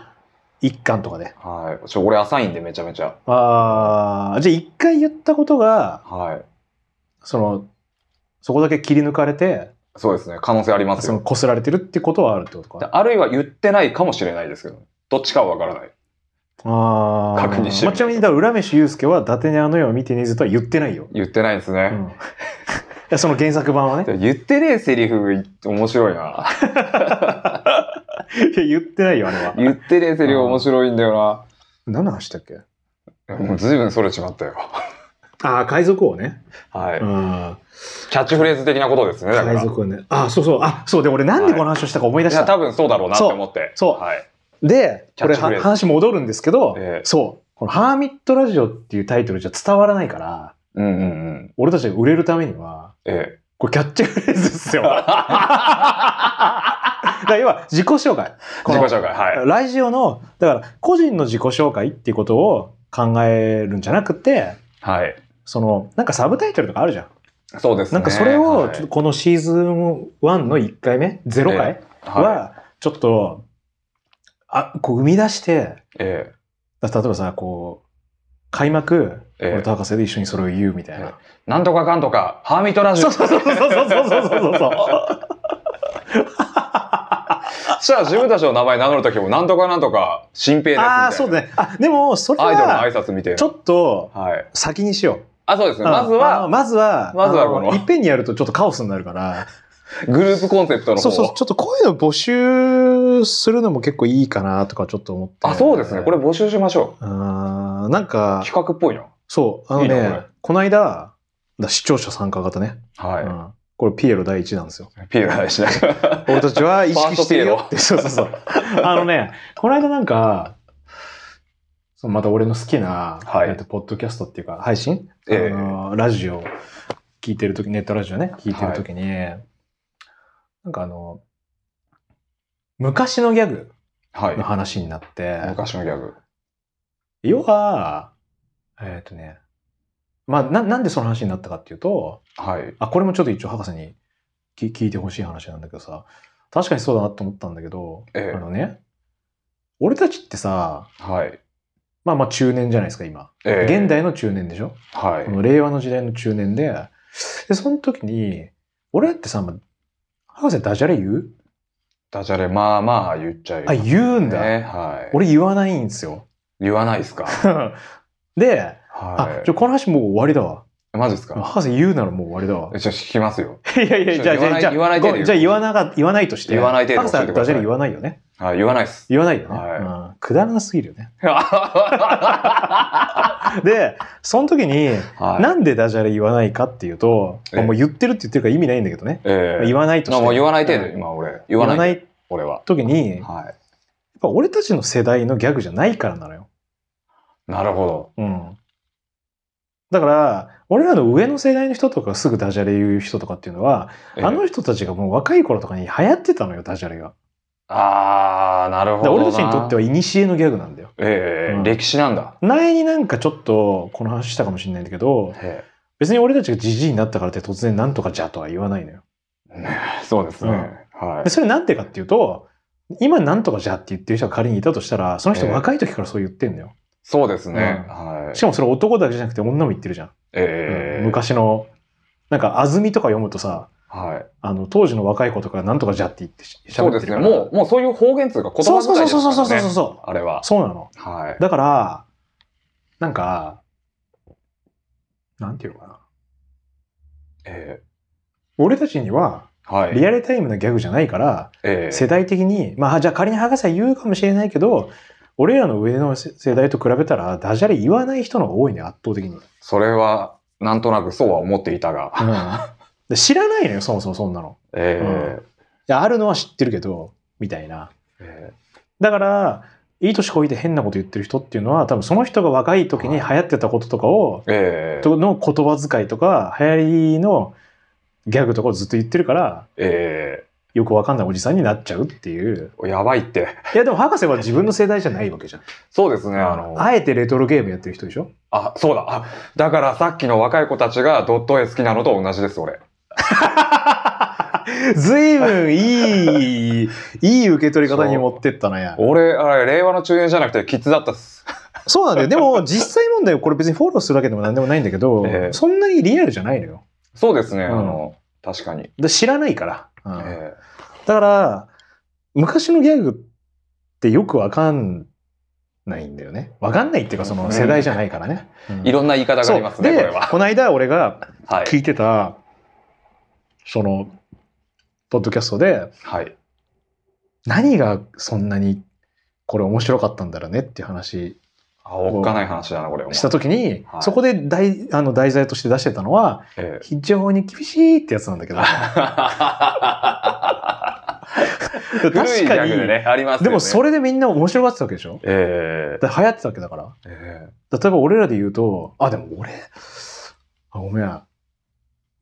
Speaker 2: 一巻とかで
Speaker 1: はい。ちょ、俺浅いんでめちゃめちゃ。
Speaker 2: ああじゃあ一回言ったことが
Speaker 1: はい。
Speaker 2: そのそこだけ切り抜かれて
Speaker 1: そうですね。可能性あります
Speaker 2: そ
Speaker 1: よ。
Speaker 2: のこすられてるってことはあるってこと
Speaker 1: で
Speaker 2: か
Speaker 1: あるいは言ってないかもしれないですけど、どっちかはわからない。
Speaker 2: ああ
Speaker 1: 確認してる
Speaker 2: まあ、ちなみにだから浦飯祐介は伊達にあの世を見てねえぜとは言ってないよ、
Speaker 1: 言ってないです
Speaker 2: う
Speaker 1: ね。
Speaker 2: んやその原作版はね。
Speaker 1: 言ってねえセリフ面白いな。
Speaker 2: いや、言ってないよ、あれは。
Speaker 1: 言ってねえセリフ面白いんだよ
Speaker 2: 何の話だっけ
Speaker 1: な。もう随分それちまったよ。
Speaker 2: ああ、海賊王ね。
Speaker 1: はい。
Speaker 2: うん。
Speaker 1: キャッチフレーズ的なことですね。だか
Speaker 2: 海
Speaker 1: ら。い
Speaker 2: 賊王ね。ああ、そうそう。あ、そうで、俺なんでこの話をしたか思い出し
Speaker 1: や、
Speaker 2: た。
Speaker 1: 多分そうだろうなって思って。
Speaker 2: そうそう
Speaker 1: はい。
Speaker 2: で、
Speaker 1: キャ
Speaker 2: こ
Speaker 1: ッ
Speaker 2: れ
Speaker 1: チフレーズ
Speaker 2: は話戻るんですけど、
Speaker 1: ええ
Speaker 2: そう。このハーミットラジオっていうタイトルじゃ伝わらないから、
Speaker 1: うんうんうん。
Speaker 2: 俺たちが売れるためには、
Speaker 1: え
Speaker 2: これキャッチフレーズで すよ。
Speaker 1: え。
Speaker 2: だか
Speaker 1: 自
Speaker 2: ら要は自己紹介。
Speaker 1: 己
Speaker 2: この
Speaker 1: 紹介、はい。
Speaker 2: ラジオの、だから個人の自己紹介っていうことを考えるんじゃなくて、
Speaker 1: はい。
Speaker 2: その、なんかサブタイトルとかあるじゃん。
Speaker 1: そうですね。
Speaker 2: なんかそれを、
Speaker 1: はい
Speaker 2: ちょっとこのシーズン1の1回目、0回
Speaker 1: はい。
Speaker 2: は、ちょっと、あ、こう生み出して、
Speaker 1: え
Speaker 2: だ例えばさ、こう、開幕、
Speaker 1: ええ
Speaker 2: 俺と博士で一緒にそれを言うみたいな。
Speaker 1: え。なんとかかんとか、ハーミットラジ
Speaker 2: そ
Speaker 1: オ。
Speaker 2: うそうそうそうそうそう そうそう。
Speaker 1: じゃあ自分たちの名前名乗るときも、なんとかなんとか、新兵ですみたいな。
Speaker 2: ああ、そうだね。あ、でも、それ
Speaker 1: アイドルの
Speaker 2: は
Speaker 1: 挨、拶みたいな。
Speaker 2: ちょっと、
Speaker 1: はい。
Speaker 2: 先にしよ
Speaker 1: あ、そうです
Speaker 2: う。
Speaker 1: ね。まず
Speaker 2: あの
Speaker 1: は、
Speaker 2: まずは、
Speaker 1: まずは
Speaker 2: あの
Speaker 1: この
Speaker 2: いっぺんにやるとちょっとカオスになるから、
Speaker 1: グループコンセプトの方
Speaker 2: そう
Speaker 1: を。
Speaker 2: そう、ちょっとこういうの募集するのも結構いいかなとかちょっと思って。
Speaker 1: あ、そうですね。これ募集しましょ
Speaker 2: あーなんか
Speaker 1: う。、企画っぽいな。
Speaker 2: そう、あの
Speaker 1: いいなこれ
Speaker 2: ね、この間、だ視聴者参加型ね、う
Speaker 1: は
Speaker 2: んこれピエロ第一弾ですよ。
Speaker 1: い。ピエロの話しない。
Speaker 2: 俺たちは意
Speaker 1: ファー
Speaker 2: 識
Speaker 1: スト
Speaker 2: してる
Speaker 1: ピエ
Speaker 2: よ
Speaker 1: ロ
Speaker 2: って。 そうそうそう。あのね、この間なんか、そのまた俺の好きな、
Speaker 1: はい
Speaker 2: えっと、ポッドキャストっていうか、配信、
Speaker 1: ええ
Speaker 2: あのラジオ、聞いてるとき、ネットラジオね、聞いてるときに、なんかあの、昔のギャグの
Speaker 1: は
Speaker 2: 話になって
Speaker 1: い。、昔のギャグ。
Speaker 2: 要は、えっ、とね、まあな、なんでその話になったかっていうと、
Speaker 1: はい。
Speaker 2: あ、これもちょっと一応博士に聞聞いてほしい話なんだけどさ、確かにそうだなと思ったんだけど、
Speaker 1: え
Speaker 2: あのね、俺たちってさ、
Speaker 1: え。はい。
Speaker 2: まあまあ中年じゃないですか、今。
Speaker 1: ええ。
Speaker 2: 現。代の中年でしょ、
Speaker 1: はい
Speaker 2: こ。の令和の時代の中年で、で、その時に、俺らってさ、まあ、博士ダジャレ言う
Speaker 1: ダジャレ、まあまあ言っちゃう。
Speaker 2: あ、言うんだ。
Speaker 1: ね。はい。
Speaker 2: 俺言わないんですよ。
Speaker 1: 言わないですか。
Speaker 2: で、あ、
Speaker 1: は
Speaker 2: ちょ、この話もう終わりだわ。
Speaker 1: い。マジですか。
Speaker 2: 博士言うならもう終わりだわ。
Speaker 1: えちょ、聞きますよ。
Speaker 2: いやいや、じゃあ、
Speaker 1: 言わない
Speaker 2: じゃあ、
Speaker 1: 言わない程度
Speaker 2: ごめんじゃあ言わなが、言わないとして。
Speaker 1: 言わない程度
Speaker 2: パクさ
Speaker 1: 教え
Speaker 2: ん、
Speaker 1: てくだ
Speaker 2: ダ
Speaker 1: さ
Speaker 2: ジ
Speaker 1: い
Speaker 2: ャレ言わないよね。
Speaker 1: はい。言わないです。
Speaker 2: 言わないよね。
Speaker 1: はい
Speaker 2: うんくだらなすぎる よね。で、その時に、
Speaker 1: はい。
Speaker 2: なんでダジャレ言わないかっていうと、
Speaker 1: ええ
Speaker 2: もう言ってるって言ってるから意味ないんだけどね。
Speaker 1: ええ。
Speaker 2: 言わないとし
Speaker 1: な
Speaker 2: て。
Speaker 1: もう言わない程
Speaker 2: う
Speaker 1: 度、
Speaker 2: ん
Speaker 1: 今俺。
Speaker 2: 言
Speaker 1: 言
Speaker 2: わ
Speaker 1: わ
Speaker 2: な
Speaker 1: ない。
Speaker 2: い
Speaker 1: 俺は。
Speaker 2: 時に、やっ
Speaker 1: は
Speaker 2: ぱ俺たちの世代のギャグじゃないからなのよ。
Speaker 1: い。なるほど。
Speaker 2: うん。だから、俺らの上の世代の人とかすぐダジャレ言う人とかっていうのは、
Speaker 1: ええ
Speaker 2: あの人たちがもう若い頃とかに流行ってたのよ、ダジャレが。
Speaker 1: あー、なる
Speaker 2: だ
Speaker 1: ほ
Speaker 2: か
Speaker 1: ど
Speaker 2: ら
Speaker 1: な。
Speaker 2: 俺たちにとっては古のギャグなんだよ。
Speaker 1: ええ
Speaker 2: うん
Speaker 1: 歴史なんだ。
Speaker 2: 前になんかちょっとこの話したかもしれないんだけど
Speaker 1: え
Speaker 2: 別に俺たちがじじいになったからって突然なんとかじゃとは言わないのよ。
Speaker 1: えねそうですね。は
Speaker 2: でそれなんでかっていうと今なんとかじゃって言ってる人が仮にいたとしたらその人
Speaker 1: ええ
Speaker 2: 若い時からそう言ってんのよ。
Speaker 1: い。そうですね。
Speaker 2: うん
Speaker 1: はい
Speaker 2: し。かもそれ男だけじゃなくて女も言ってるじゃん。
Speaker 1: ええ
Speaker 2: うん昔のなんか安住とか読むとさ
Speaker 1: はい。
Speaker 2: あの当時の若い子とかがなんとかじゃって言ってししゃ
Speaker 1: そう
Speaker 2: べ
Speaker 1: で
Speaker 2: って
Speaker 1: す
Speaker 2: る
Speaker 1: ね。
Speaker 2: から。
Speaker 1: もう、もうそういう方言というか言葉
Speaker 2: そう
Speaker 1: 遣い
Speaker 2: そ
Speaker 1: で
Speaker 2: う
Speaker 1: す
Speaker 2: そう
Speaker 1: からね。
Speaker 2: そうそうそうそう。
Speaker 1: あれは。
Speaker 2: そうなの。
Speaker 1: はい。
Speaker 2: だから、なんか、なんていうのかな。
Speaker 1: ええ
Speaker 2: 俺たちには
Speaker 1: はい。
Speaker 2: リアルタイムのギャグじゃないから、
Speaker 1: ええ
Speaker 2: 世代的に、まあ、じゃあ仮に博士は言うかもしれないけど、俺らの上の世世代と比べたら、ダジャレ言わない人の方が多いね、圧倒的に。
Speaker 1: それは、なんとなくそうは思っていたが。
Speaker 2: で知らないのよ、そもそもそんなの。
Speaker 1: え
Speaker 2: いやあるのは知ってるけど、みたいな。
Speaker 1: ええ
Speaker 2: だから、いい年こいて変なこと言ってる人っていうのは、多分その人が若い時に流行ってたこととかを、
Speaker 1: ええ
Speaker 2: との言葉遣いとか、流行りのギャグとかをずっと言ってるから、
Speaker 1: え
Speaker 2: よくわかんないおじさんになっちゃうっていう。
Speaker 1: えやばいって。
Speaker 2: いやでも博士は自分の世代じゃないわけじゃん。
Speaker 1: そうですね。あ
Speaker 2: あ
Speaker 1: の、
Speaker 2: えてレトロゲームやってる人でしょ
Speaker 1: あ、そうだ。あ、だからさっきの若い子たちがドット絵好きなのと同じです、俺。
Speaker 2: ずいぶんいい、いい受け取り方に持ってったなや。
Speaker 1: 俺、あれ、令和の中年じゃなくて、キッズだったっす。
Speaker 2: そうなんだよ。でも実際問題これ別にフォローするわけでもなんでもないんだけど、
Speaker 1: ええ
Speaker 2: そんなにリアルじゃないのよ。
Speaker 1: そうですね。
Speaker 2: うん
Speaker 1: あの、確かに。
Speaker 2: だ知らないから。うんだ
Speaker 1: え
Speaker 2: から、昔のギャグってよくわかんないんだよね。わかんないっていうかその世代じゃないからね。
Speaker 1: えいろんな言い方がありますね、こ
Speaker 2: そう
Speaker 1: れ
Speaker 2: で
Speaker 1: は。
Speaker 2: この間俺が
Speaker 1: はい。
Speaker 2: 聞いてた、その、ポッドキャストで、
Speaker 1: はい。
Speaker 2: 何がそんなにこれ面白かったんだろうねっていう話
Speaker 1: あ、おっかない話だな、これ。
Speaker 2: した時に、
Speaker 1: はい
Speaker 2: そこで題あの題材として出してたのは、
Speaker 1: ええ
Speaker 2: 非常に厳しいってやつなんだけど、確
Speaker 1: 古いギ
Speaker 2: か
Speaker 1: ャ
Speaker 2: に、
Speaker 1: グでね、ありますよね。
Speaker 2: でもそれでみんな面白がってたわけでしょ
Speaker 1: ええ
Speaker 2: だから流行ってたわけだから。
Speaker 1: え
Speaker 2: 例えば俺らで言うと、あ、でも俺、あごめん。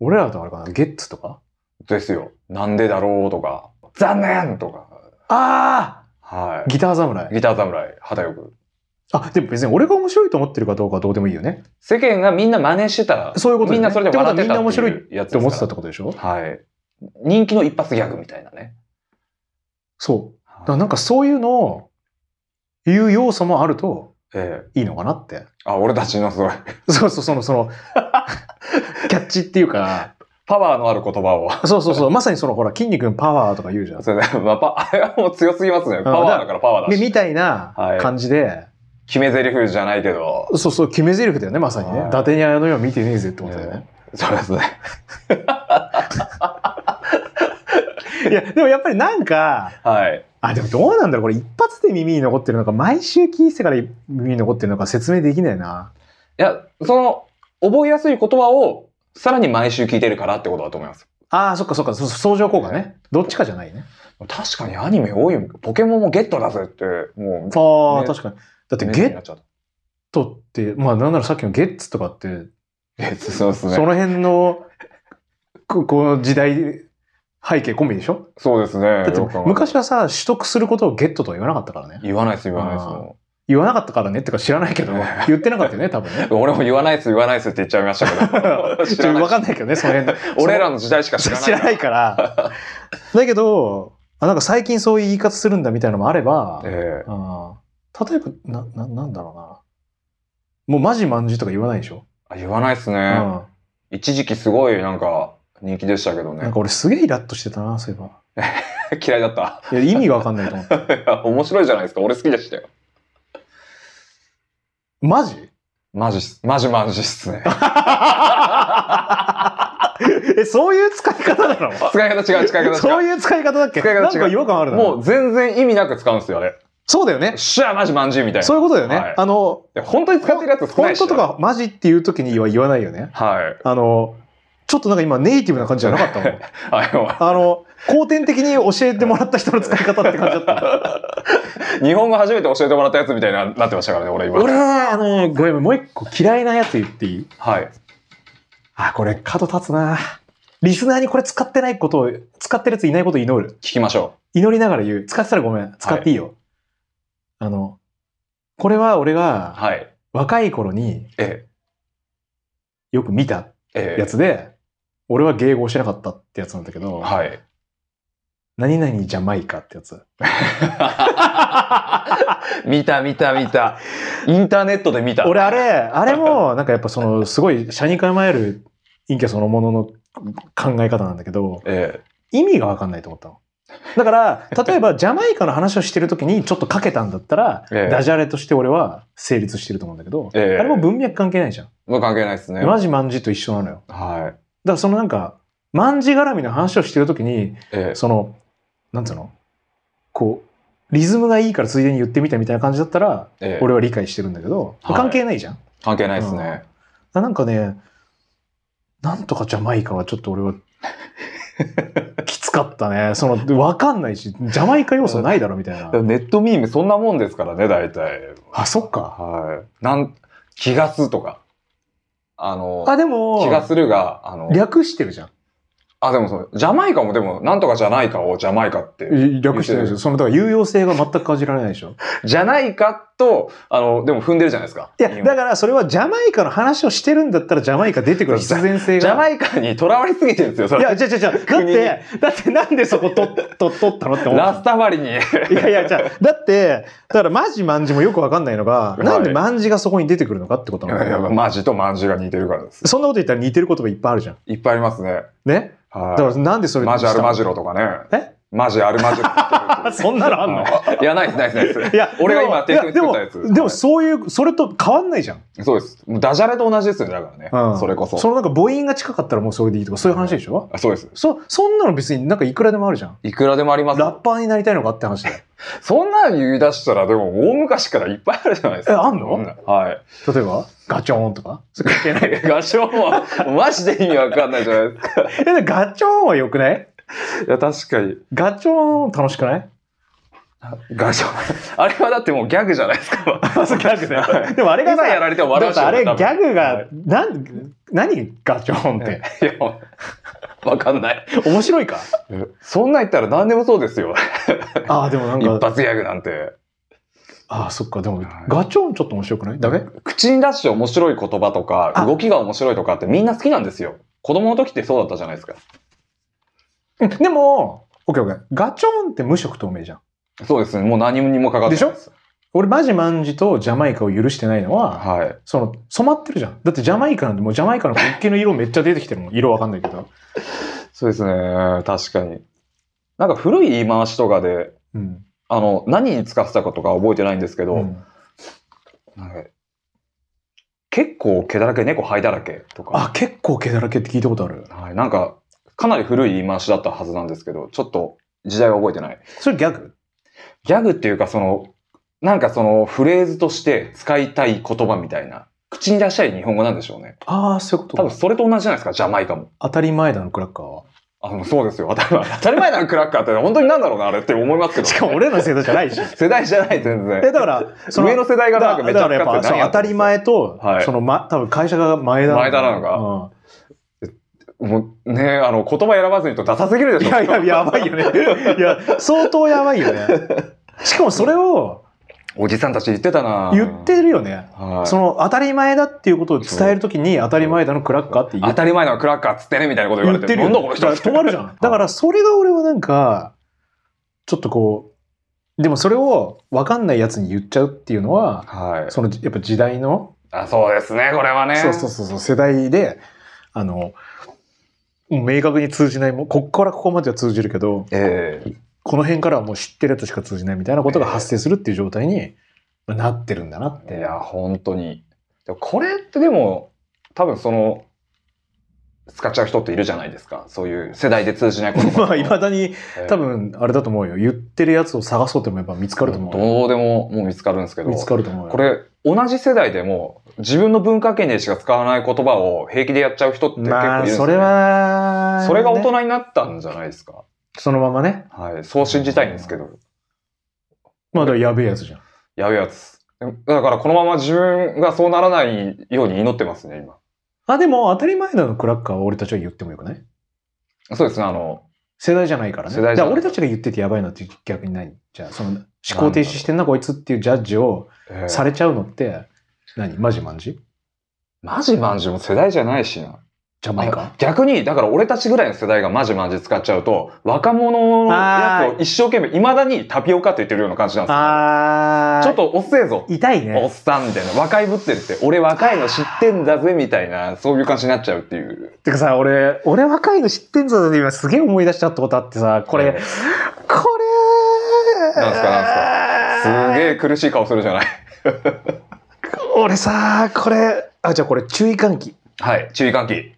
Speaker 2: 俺らだとあれかな、ゲッツとか
Speaker 1: えですよ。なんでだろうとか、残念とか、
Speaker 2: あ
Speaker 1: は
Speaker 2: あギター侍
Speaker 1: い。。ギター侍、肌よく。
Speaker 2: あ、でも別に俺が面白いと思ってるかどうかはどうでもいいよね。
Speaker 1: 世間がみんな真似してたら、
Speaker 2: そういうことだ
Speaker 1: みん
Speaker 2: よね
Speaker 1: なそれで笑ってた
Speaker 2: ってことはみんな面
Speaker 1: っていうやつ
Speaker 2: って
Speaker 1: です
Speaker 2: 思
Speaker 1: か
Speaker 2: ってたってことでしょ
Speaker 1: らはい。人気の一発ギャグみたいなね。
Speaker 2: そう。だから
Speaker 1: はい
Speaker 2: なんかそういうのを言う要素もあると
Speaker 1: ええ
Speaker 2: いいのかなって。
Speaker 1: あ、俺たちのすごい、
Speaker 2: そうそう、その、その、キャッチっていうか、
Speaker 1: パワーのある言葉を。
Speaker 2: そうそうそう、まさにその、ほら、筋肉のパワーとか言うじゃん。
Speaker 1: それで、まあ、パ あれはもう強すぎますね。パワーだからパワーだ
Speaker 2: で、
Speaker 1: し。
Speaker 2: みたいな感じで、
Speaker 1: 決め台詞じゃないけど。
Speaker 2: そうそう、決め台詞だよね、まさにね
Speaker 1: は。い
Speaker 2: 伊達にあの世を見てねえぜってことだよね。
Speaker 1: そうですね。
Speaker 2: いや、でもやっぱりなんか、
Speaker 1: はい。
Speaker 2: あ、でもどうなんだろう、これ一発で耳に残ってるのか、毎週聞いてから耳に残ってるのか説明できないな。
Speaker 1: いや、その、覚えやすい言葉を、さらに毎週聞いてるからってことだと思います。
Speaker 2: ああ、そっかそっか、そ相乗効果ね。どっちかじゃないね。
Speaker 1: 確かにアニメ多い。ポケモンもゲットだぜって、もう、
Speaker 2: ああ、
Speaker 1: ね
Speaker 2: 確かに。だって
Speaker 1: メ
Speaker 2: ゲ
Speaker 1: ディアに
Speaker 2: ッ
Speaker 1: なっちゃった。
Speaker 2: トって、まあなんならさっきのゲッツとかって、
Speaker 1: えそうです
Speaker 2: そ
Speaker 1: ね。
Speaker 2: の辺の、ここの時代、背景込みでしょ
Speaker 1: そうですね。
Speaker 2: だって
Speaker 1: よく考えたら
Speaker 2: 昔はさ、取得することをゲットとは言わなかったからね。
Speaker 1: 言わないです、言わないですも
Speaker 2: 言わなかったからねってか知らないけど、言ってなかったよね、多分ね。
Speaker 1: う。俺も言わないです、言わないですって言っちゃいました けど。知
Speaker 2: ちょ
Speaker 1: ら
Speaker 2: っ
Speaker 1: な
Speaker 2: とわ
Speaker 1: い。。
Speaker 2: かんないけどね、その辺の
Speaker 1: 俺らの時代しか知
Speaker 2: そ
Speaker 1: らな
Speaker 2: の
Speaker 1: い。
Speaker 2: 知らないから。 だけど、あなんか最近そういう言い方するんだみたいなのもあれば、
Speaker 1: ええ
Speaker 2: うん例えば、な、な、なんだろうな。もうマジまんじゅうとか言わないでしょ、
Speaker 1: あ言わないです
Speaker 2: う
Speaker 1: ね。
Speaker 2: ん
Speaker 1: 一時期すごいなんか人気でしたけど
Speaker 2: なん
Speaker 1: ね。
Speaker 2: か俺すげえイラッとしてたな、そういえば。
Speaker 1: 嫌いだった。
Speaker 2: いや意味がわかんないと思って。
Speaker 1: いや面白いじゃないですか。俺好きでしたよ。
Speaker 2: マジ
Speaker 1: マジっす、マジマジっす ね。
Speaker 2: え、そういう使い方なの
Speaker 1: 使い方違う、使い方違う。
Speaker 2: そういう使い方だっけ
Speaker 1: 使い方違う
Speaker 2: なんか違和感あるな。
Speaker 1: もう全然意味なく使うんですよ、あれ。
Speaker 2: そうだよね。
Speaker 1: シャーマジマンジーみたいな。
Speaker 2: そういうことだよね。
Speaker 1: はい
Speaker 2: あの、
Speaker 1: いや本当に使ってるやつ少ない
Speaker 2: 本
Speaker 1: し。
Speaker 2: 当と。かマジっていう時には言わないよね。
Speaker 1: はい。
Speaker 2: あの、ちょっとなんか今ネイティブな感じじゃなかったもん。
Speaker 1: あ
Speaker 2: あの、後天的に教えてもらった人の使い方って感じだった。
Speaker 1: の日本語初めて教えてもらったやつみたいにななってましたからね、俺今。
Speaker 2: 俺、あの、ごめん、もう一個嫌いなやつ言っていい
Speaker 1: はい。
Speaker 2: あ、これ角立つな。リスナーにこれ使ってないことを、使ってるやついないことを祈る。
Speaker 1: 聞きましょ
Speaker 2: 祈りながら言う。使ってたらごめん。使っていいよ。あの、これは俺
Speaker 1: う。
Speaker 2: が
Speaker 1: はい。
Speaker 2: 若い頃に
Speaker 1: え
Speaker 2: よく見た
Speaker 1: え、ええ。
Speaker 2: やつで、俺は迎合してなかったってやつなんだけど、
Speaker 1: はい。
Speaker 2: 何々ジャマイカってやつ。
Speaker 1: 見た見た見た。インターネットで見た。
Speaker 2: 俺あれ、あれもなんかやっぱそのすごい車に構える陰キャそのものの考え方なんだけど、
Speaker 1: え
Speaker 2: 意味がわかんないと思ったの。だから、例えばジャマイカの話をしてる時にちょっとかけたんだったら、
Speaker 1: ええ
Speaker 2: ダジャレとして俺は成立してると思うんだけど、
Speaker 1: ええ
Speaker 2: あれも文脈関係ないじゃん。
Speaker 1: え。もう関係ないですね。
Speaker 2: マジマンジと一緒なのよ。
Speaker 1: はい。
Speaker 2: だからそのなんか、まんじ絡みの話をしてるときに、
Speaker 1: ええ。
Speaker 2: その、なんつうのこう、リズムがいいからついでに言ってみたみたいな感じだったら、
Speaker 1: ええ
Speaker 2: 俺は理解してるんだけど、
Speaker 1: はい
Speaker 2: 関係ないじゃん。
Speaker 1: 関係ないですね。
Speaker 2: だなんかね、なんとかジャマイカはちょっと 俺は、きつかったね。その、わかんないし、ジャマイカ要素ないだろみたいな
Speaker 1: で。もネットミームそんなもんですからね、大体。
Speaker 2: あ、そっか。
Speaker 1: はい。なん、気がすとか。あの、
Speaker 2: あ、で
Speaker 1: 気が
Speaker 2: も、
Speaker 1: するが、あの、
Speaker 2: 略してるじゃん。
Speaker 1: あ、でもその、ジャマイカもでも、なんとかじゃないかをジャマイカって。
Speaker 2: い略してるでしょ。その、だから有用性が全く感じられないでしょ。
Speaker 1: じゃないかと、あの、でも踏んでるじゃないですか。
Speaker 2: いや、だからそれはジャマイカの話をしてるんだったらジャマイカ出てくる必然性
Speaker 1: ジャ
Speaker 2: が。
Speaker 1: マイカにとらわれすぎてるんですよ、そ
Speaker 2: い
Speaker 1: れ。
Speaker 2: や、じゃじゃじゃだっ
Speaker 1: 国に
Speaker 2: て、だってなんでそこ 取っ取取ったのって思
Speaker 1: ラス
Speaker 2: う。
Speaker 1: タバリに。
Speaker 2: いやいや、じゃあだって、だからマジマンジもよくわかんないのが、
Speaker 1: はい
Speaker 2: なんでマンジがそこに出てくるのかってこと
Speaker 1: い
Speaker 2: な
Speaker 1: やいや、
Speaker 2: の
Speaker 1: マジとマンジが似てるからです。
Speaker 2: そんなこと言ったら似てる言葉いっぱいあるじゃん。
Speaker 1: いっぱいありますね。
Speaker 2: ね。だか
Speaker 1: は
Speaker 2: らなんでそ
Speaker 1: い。
Speaker 2: れ
Speaker 1: マジアルマジ
Speaker 2: ロ。
Speaker 1: ロとかね。
Speaker 2: え
Speaker 1: マジあるマジ
Speaker 2: あそんなのあんの
Speaker 1: いや、ないです、ないです、ないで
Speaker 2: いや、
Speaker 1: 俺が今
Speaker 2: でも
Speaker 1: 適当に作ったやつ
Speaker 2: いでも、で
Speaker 1: は
Speaker 2: も
Speaker 1: い
Speaker 2: そういう、それと変わんないじゃん。
Speaker 1: す。そうです。もうダジャレと同じですよね、だからね。それこそ
Speaker 2: そのなんか母音が近かったらもうそれでいいとか、そういう話でしょ、
Speaker 1: あそうです。
Speaker 2: そ、そんなの別になんかいくらでもあるじゃん。
Speaker 1: いくらでもあります。
Speaker 2: ラッパーになりたいのかって話 で。
Speaker 1: そんなん言い出したら、でも大昔からいっぱいあるじゃないですか。
Speaker 2: えあんの
Speaker 1: うはい。。
Speaker 2: 例えば、ガチョーンとか。それ関係ない
Speaker 1: 合唱は、マジで意味わかんないじゃないですか。
Speaker 2: え、でもガチョーンは良くない
Speaker 1: いや、確かに。
Speaker 2: ガチョーン楽しくない
Speaker 1: 合唱。あれはだってもうギャグじゃないですか。
Speaker 2: あ、 そう、ギャグだ
Speaker 1: は
Speaker 2: よ。でもあれが
Speaker 1: 今
Speaker 2: さ、
Speaker 1: やられても笑うし
Speaker 2: だってあれギ
Speaker 1: 多分
Speaker 2: ャグ
Speaker 1: は
Speaker 2: が
Speaker 1: い、
Speaker 2: なん、何ガチョーンって。
Speaker 1: いや、わかんない。
Speaker 2: 面白いか
Speaker 1: そんなん言ったら何でもそうですよ。
Speaker 2: ああ、でもなん
Speaker 1: 一
Speaker 2: か、
Speaker 1: 発ギャグなんて。
Speaker 2: ああ、そっか、でも、
Speaker 1: はい
Speaker 2: ガチョーンちょっと面白くないダメ
Speaker 1: 口に出して面白い言葉とか、
Speaker 2: あ
Speaker 1: 動きが面白いとかってみんな好きなんですよ。子供の時ってそうだったじゃないですか。
Speaker 2: うんでも、オッケーオッケー。ガチョーンって無色透明じゃん。
Speaker 1: そうですね。もう何にもかかってないす
Speaker 2: 俺、マジマンジとジャマイカを許してないのは、
Speaker 1: はい。
Speaker 2: その、染まってるじゃん。だってジャマイカなんてもうジャマイカの国旗の色めっちゃ出てきてるもん。色わかんないけど。
Speaker 1: そうですね。確かに。なんか古い言い回しとかで、
Speaker 2: うん。
Speaker 1: あの、何に使ってたかとか覚えてないんですけど、
Speaker 2: うん
Speaker 1: なんか結構毛だらけ、猫灰だらけとか。
Speaker 2: あ、結構毛だらけって聞いたことある。
Speaker 1: はい、なんか、かなり古い言い回しだったはずなんですけど、ちょっと時代は覚えてない。
Speaker 2: それギャグ
Speaker 1: ギャグっていうか、その、なんかそのフレーズとして使いたい言葉みたいな、口に出したい日本語なんでしょうね。
Speaker 2: ああ、そういうこ
Speaker 1: 多
Speaker 2: と
Speaker 1: 分
Speaker 2: か。
Speaker 1: それと同じじゃないですか、ジャマイカも。
Speaker 2: 当たり前だの、クラッカーは。
Speaker 1: あの、そうですよ。当たり前当たり前なのクラッカーって、本当になんだろうな、あれって思いますけど。
Speaker 2: しかも俺らの世代じゃない し。え、
Speaker 1: 世代じゃない、全然。
Speaker 2: だから、そ
Speaker 1: 上の世代が
Speaker 2: だ
Speaker 1: なんかめっちゃ
Speaker 2: だからやっぱ、そ
Speaker 1: 使
Speaker 2: う
Speaker 1: ってる
Speaker 2: 当たり前と、
Speaker 1: はい
Speaker 2: その、ま、多分会社が前だ
Speaker 1: 前田なのか
Speaker 2: うん
Speaker 1: もうね、あの、言葉選ばずに言うとダサすぎるでしょ。
Speaker 2: いやいや、やばい よね。いや、相当やばいよね。しかもそれを
Speaker 1: おじさんたち言ってたな
Speaker 2: 言っ、てるよね。
Speaker 1: はい、
Speaker 2: その当たり前だっていうことを伝えるときに当たり前だのクラッカーって言
Speaker 1: 当
Speaker 2: う
Speaker 1: たり前なのクラッカーっつってね、みたいなこと言
Speaker 2: 言
Speaker 1: わ
Speaker 2: っ
Speaker 1: れ
Speaker 2: て
Speaker 1: て。な
Speaker 2: るよ
Speaker 1: んだこの人
Speaker 2: だから止まるじゃん。だからそれが俺はなんか、ちょっとこう、でもそれを分かんないやつに言っちゃうっていうのは、
Speaker 1: はい。
Speaker 2: そのやっぱ時代の、
Speaker 1: あ、そうですね、これはね。
Speaker 2: そうそうそうそう、世代で、あの、もう明確に通じないもう、こっからここまでは通じるけど、
Speaker 1: ええ
Speaker 2: この辺からはもう知ってるやつしか通じないみたいなことが発生するっていう状態にまあなってるんだなって。
Speaker 1: いや、本当に。でもこれってでも、多分その、使っちゃう人っているじゃないですか。そういう世代で通じないこと
Speaker 2: まあ、いまだに
Speaker 1: ええ
Speaker 2: 多分あれだと思うよ。言ってるやつを探そうと思えば見つかると思うよ。
Speaker 1: どうでももう見つかるんですけど。
Speaker 2: 見つかると思うよ。
Speaker 1: これ、同じ世代でも、自分の文化圏でしか使わない言葉を平気でやっちゃう人って結構いるん
Speaker 2: ま
Speaker 1: で
Speaker 2: あ、
Speaker 1: すよ、ね。
Speaker 2: それは、
Speaker 1: それが大
Speaker 2: ね
Speaker 1: 人になったんじゃないですか。
Speaker 2: そのままね。
Speaker 1: はい。そう信じたいんですけど。
Speaker 2: まあ、だからやべえやつじゃん。
Speaker 1: やべえやつ。だからこのまま自分がそうならないように祈ってますね、今。
Speaker 2: あ、でも当たり前なのクラッカーは俺たちは言ってもよくない
Speaker 1: そうですね、あの、
Speaker 2: 世代じゃないからね。
Speaker 1: 世代じゃない
Speaker 2: だから俺たちが言っててやばいのって逆にない。じゃあ、その思考停止してんなこいつっていうジャッジを
Speaker 1: えー
Speaker 2: されちゃうのって、何マジマンジ
Speaker 1: マジマンジも世代じゃないしな。
Speaker 2: ジャマイカ
Speaker 1: 逆に、だから俺たちぐらいの世代がマジマンジ使っちゃうと、若者のやつを一生懸命、未だにタピオカって言ってるような感じなんですよ。
Speaker 2: あー
Speaker 1: ちょっと遅えぞ。
Speaker 2: 痛いね。
Speaker 1: おっさんみたいな。若いぶってるって、俺若いの知ってんだぜ、みたいな、そういう感じになっちゃうっていう。
Speaker 2: てかさ、俺、俺若いの知ってんぞって今すげえ思い出しちゃったことあってさ、これ、
Speaker 1: え
Speaker 2: これ
Speaker 1: なんすかなんすか。すげ
Speaker 2: え。
Speaker 1: え苦しい顔するじゃない。
Speaker 2: 俺さ、これ、あ、じゃあこれ注意喚起。
Speaker 1: はい。注意喚起。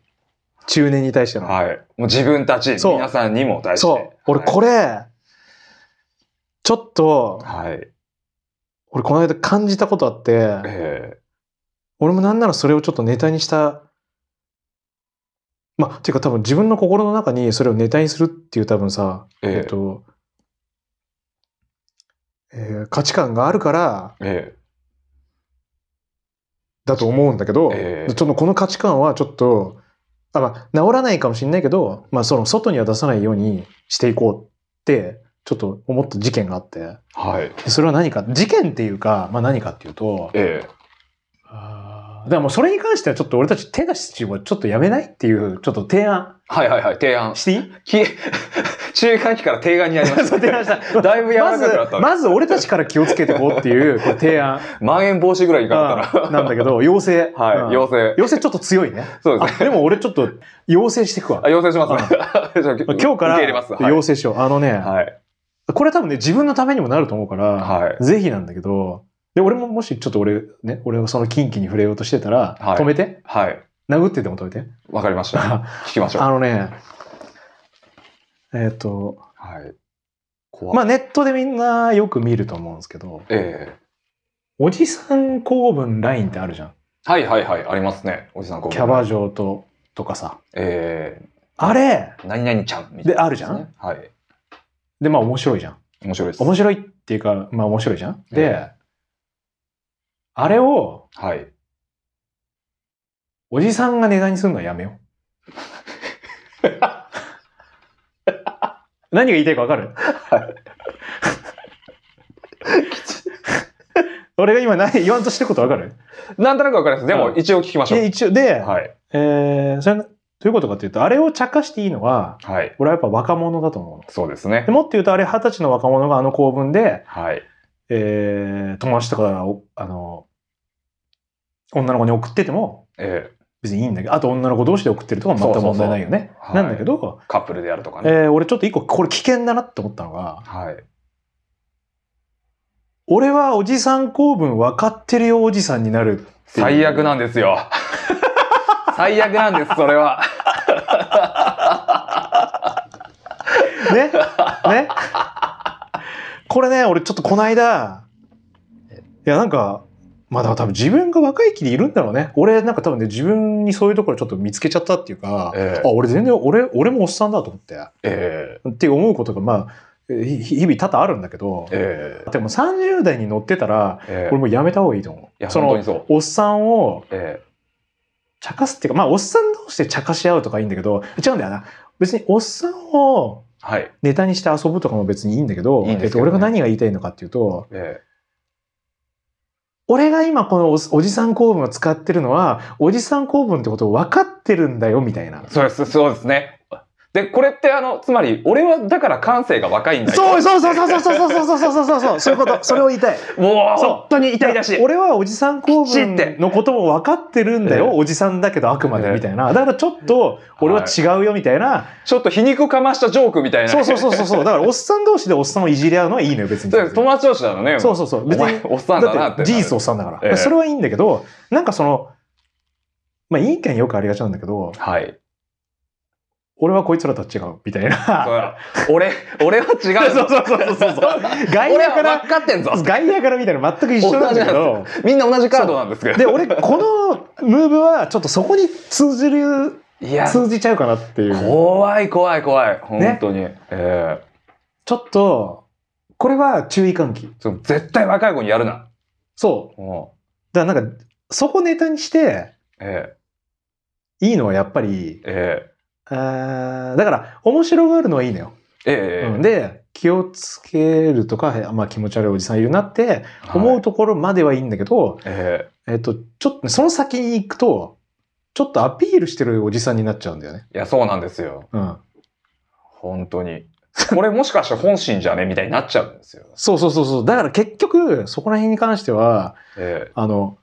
Speaker 2: 中年に対しての。
Speaker 1: はい。もう自分たち、
Speaker 2: そう
Speaker 1: 皆さんにも対して。
Speaker 2: そう。俺これ、ちょっと、
Speaker 1: はい。
Speaker 2: 俺この間感じたことあって、
Speaker 1: え
Speaker 2: 俺もなんならそれをちょっとネタにした、まあ、ていうか多分自分の心の中にそれをネタにするっていう多分さ、
Speaker 1: ええ
Speaker 2: えっと、えー価値観があるから
Speaker 1: ええ
Speaker 2: だと思うんだけど、
Speaker 1: ええ
Speaker 2: ちょっとこの価値観はちょっと、あまあ、治らないかもしれないけど、まあ、その外には出さないようにしていこうって、ちょっと思った事件があって、
Speaker 1: はい。
Speaker 2: でそれは何か、事件っていうか、まあ何かっていうと、
Speaker 1: ええ
Speaker 2: あーだからもうそれに関してはちょっと俺たち手出しをちょっとやめないっていう、ちょっと提案
Speaker 1: はいはいはい。提案。
Speaker 2: していい
Speaker 1: き、注意喚起から提案になりまし。
Speaker 2: そう提案した
Speaker 1: だいぶ柔
Speaker 2: ま
Speaker 1: らか
Speaker 2: ず
Speaker 1: くなった、ね。
Speaker 2: まず俺たちから気をつけてこうっていうこう提案
Speaker 1: まん延防止ぐらいいかなか ったら。
Speaker 2: なんだけど、要請。
Speaker 1: は
Speaker 2: う
Speaker 1: い、
Speaker 2: ん
Speaker 1: 要請。
Speaker 2: 要請ちょっと強いね。
Speaker 1: そうですね。
Speaker 2: あでも俺ちょっと要請していくわ
Speaker 1: あ。要請しますね。 じゃあ
Speaker 2: 今日か
Speaker 1: 受
Speaker 2: ら
Speaker 1: け入れます。はい
Speaker 2: 要。請しよう。あのね、
Speaker 1: はい。
Speaker 2: これ多分ね、自分のためにもなると思うから、
Speaker 1: は
Speaker 2: ぜひなんだけど、で、俺ももしちょっと俺、ね、俺がその近畿に触れようとしてたら、
Speaker 1: はい
Speaker 2: 止めて。
Speaker 1: はい。
Speaker 2: 殴ってでも止めて。
Speaker 1: わかりました。
Speaker 2: あ
Speaker 1: 聞きましょう。
Speaker 2: のね、えっ、と、
Speaker 1: はい。怖っ
Speaker 2: まあネットでみんなよく見ると思うんですけど、
Speaker 1: え
Speaker 2: おじさん公文ラインってあるじゃん。
Speaker 1: えはいはいはい。ありますね。おじさん、こう
Speaker 2: キャバ嬢と、とかさ。
Speaker 1: ええ
Speaker 2: あれ
Speaker 1: 何々ちゃんみたいな、
Speaker 2: で、あるじゃん。。
Speaker 1: はい。
Speaker 2: で、まあ面白いじゃん。
Speaker 1: 面白いです。
Speaker 2: 面白いっていうか、まあ面白いじゃん。
Speaker 1: え
Speaker 2: で、あれを
Speaker 1: はい。
Speaker 2: おじさんが値段にするのはやめよ う。何が言いたいかわかる 俺が今何言わんとしてることわかる
Speaker 1: なんとなくわかります。でも、
Speaker 2: うん
Speaker 1: 一応聞きましょ
Speaker 2: で
Speaker 1: う。
Speaker 2: 一応で、
Speaker 1: はい。
Speaker 2: えーそれどういうことかというとあれを茶化していいのは
Speaker 1: はい。
Speaker 2: 俺はやっぱ若者だと思うの
Speaker 1: そうですね
Speaker 2: で。もっと言うとあれ二十歳の若者があの構文で
Speaker 1: はい。
Speaker 2: えー友達とかを、あの、女の子に送ってても
Speaker 1: ええ
Speaker 2: 別にいいんだけど、あと女の子同士で送ってるとか全く問題ないよね。
Speaker 1: そうそうそう
Speaker 2: なんだけど、
Speaker 1: カップルでやるとか
Speaker 2: え
Speaker 1: ね。
Speaker 2: ー俺ちょっと一個これ危険だなって思ったのが、
Speaker 1: はい。
Speaker 2: 俺はおじさん公文分かってるよおじさんになる。
Speaker 1: 最悪なんですよ。最悪なんです、それは。
Speaker 2: ね ねこれね、俺ちょっとこの間、いやなんか、まあだから多分自分が若い気にいるんだろうね。俺なんか多分ね、自分にそういうところちょっと見つけちゃったっていうか、
Speaker 1: ええ
Speaker 2: あ、俺全然、俺、俺もおっさんだと思って。
Speaker 1: え
Speaker 2: って思うことがまあえひ日々多々あるんだけど
Speaker 1: え、ええ
Speaker 2: でも30代に乗ってたら
Speaker 1: ええ
Speaker 2: 俺もうやめた方がいいと思う。
Speaker 1: いや、
Speaker 2: そ
Speaker 1: 本当に
Speaker 2: の
Speaker 1: そう。
Speaker 2: おっさんを
Speaker 1: え
Speaker 2: 茶化すっていうかまあおっさん同士で茶化し合うとかいいんだけど違うんだよな別におっさん
Speaker 1: え
Speaker 2: を
Speaker 1: はい。
Speaker 2: ネタにして遊ぶとかも別にいいんだけど
Speaker 1: いいんで
Speaker 2: えっ
Speaker 1: すけど
Speaker 2: と、
Speaker 1: ね
Speaker 2: 俺が何が言いたいのかっていうと
Speaker 1: え
Speaker 2: 俺が今このおおじさん公文を使ってるのはおじさん公文ってことを分かってるんだよみたいな
Speaker 1: え。そうです、そうですね。で、これって、あの、つまり、俺はだから感性が若いんだよ。
Speaker 2: そうそうそうそうそうそうそうそうそうそうそうそういうことそれを言いたい。
Speaker 1: もう、
Speaker 2: そう
Speaker 1: 本当に痛いらしい。
Speaker 2: 俺はおじさん公
Speaker 1: きちっ
Speaker 2: 文
Speaker 1: て
Speaker 2: のことも分かってるんだ
Speaker 1: え
Speaker 2: よ、
Speaker 1: え
Speaker 2: おじさんだけどあくまでみたいな、だからちょっと俺は違うよみたいな、
Speaker 1: ちょっと皮肉かましたジョークみたいな。
Speaker 2: そうそうそうそ うそうだからおっさん同士でおっさんをいじり合うのはいいのよ別に
Speaker 1: そうです友達同士なのね。
Speaker 2: そうそうそう別
Speaker 1: お前
Speaker 2: に
Speaker 1: おっさんだな
Speaker 2: だ
Speaker 1: っ。
Speaker 2: ってて事実おっさんだから、
Speaker 1: ええ
Speaker 2: それはいいんだけどなんかそのまあいい意見よくありがちなんだけど
Speaker 1: はい。
Speaker 2: 俺はこいつらとは違うみたい
Speaker 1: そう
Speaker 2: な
Speaker 1: だ俺、俺は違う。
Speaker 2: そうそうそうそうそう 外
Speaker 1: 俺
Speaker 2: 野か
Speaker 1: は
Speaker 2: ら
Speaker 1: 分かってんぞ。
Speaker 2: 外野からみたいな全く一緒なんだけど
Speaker 1: みんな同じカードなんですけど。
Speaker 2: で俺このムーブはちょっとそこに通じる
Speaker 1: いや、
Speaker 2: 通じちゃうかなっていう。
Speaker 1: 怖い怖い怖い。本当に。ええ
Speaker 2: ちょっと、これは注意喚起。
Speaker 1: そう絶対若い子にやるな。
Speaker 2: そう。
Speaker 1: も
Speaker 2: だからなんか、そこネタにして、
Speaker 1: うえ
Speaker 2: いいのはやっぱり
Speaker 1: え、え
Speaker 2: あーだから、面白がるのはいいのよ。
Speaker 1: えええ
Speaker 2: うんで、気をつけるとか、へまあ気持ち悪いおじさんいるなって思
Speaker 1: は
Speaker 2: う
Speaker 1: い
Speaker 2: ところまではいいんだけど、
Speaker 1: え
Speaker 2: えっと、ちょっとね、その先に行くと、ちょっとアピールしてるおじさんになっちゃうんだよね。
Speaker 1: えいや、そうなんですよ。
Speaker 2: うん。
Speaker 1: 本当に。これもしかして本心じゃねみたいになっちゃうんですよ。
Speaker 2: そうそうそうそう。だから結局、そこら辺に関しては、
Speaker 1: ええ
Speaker 2: あの、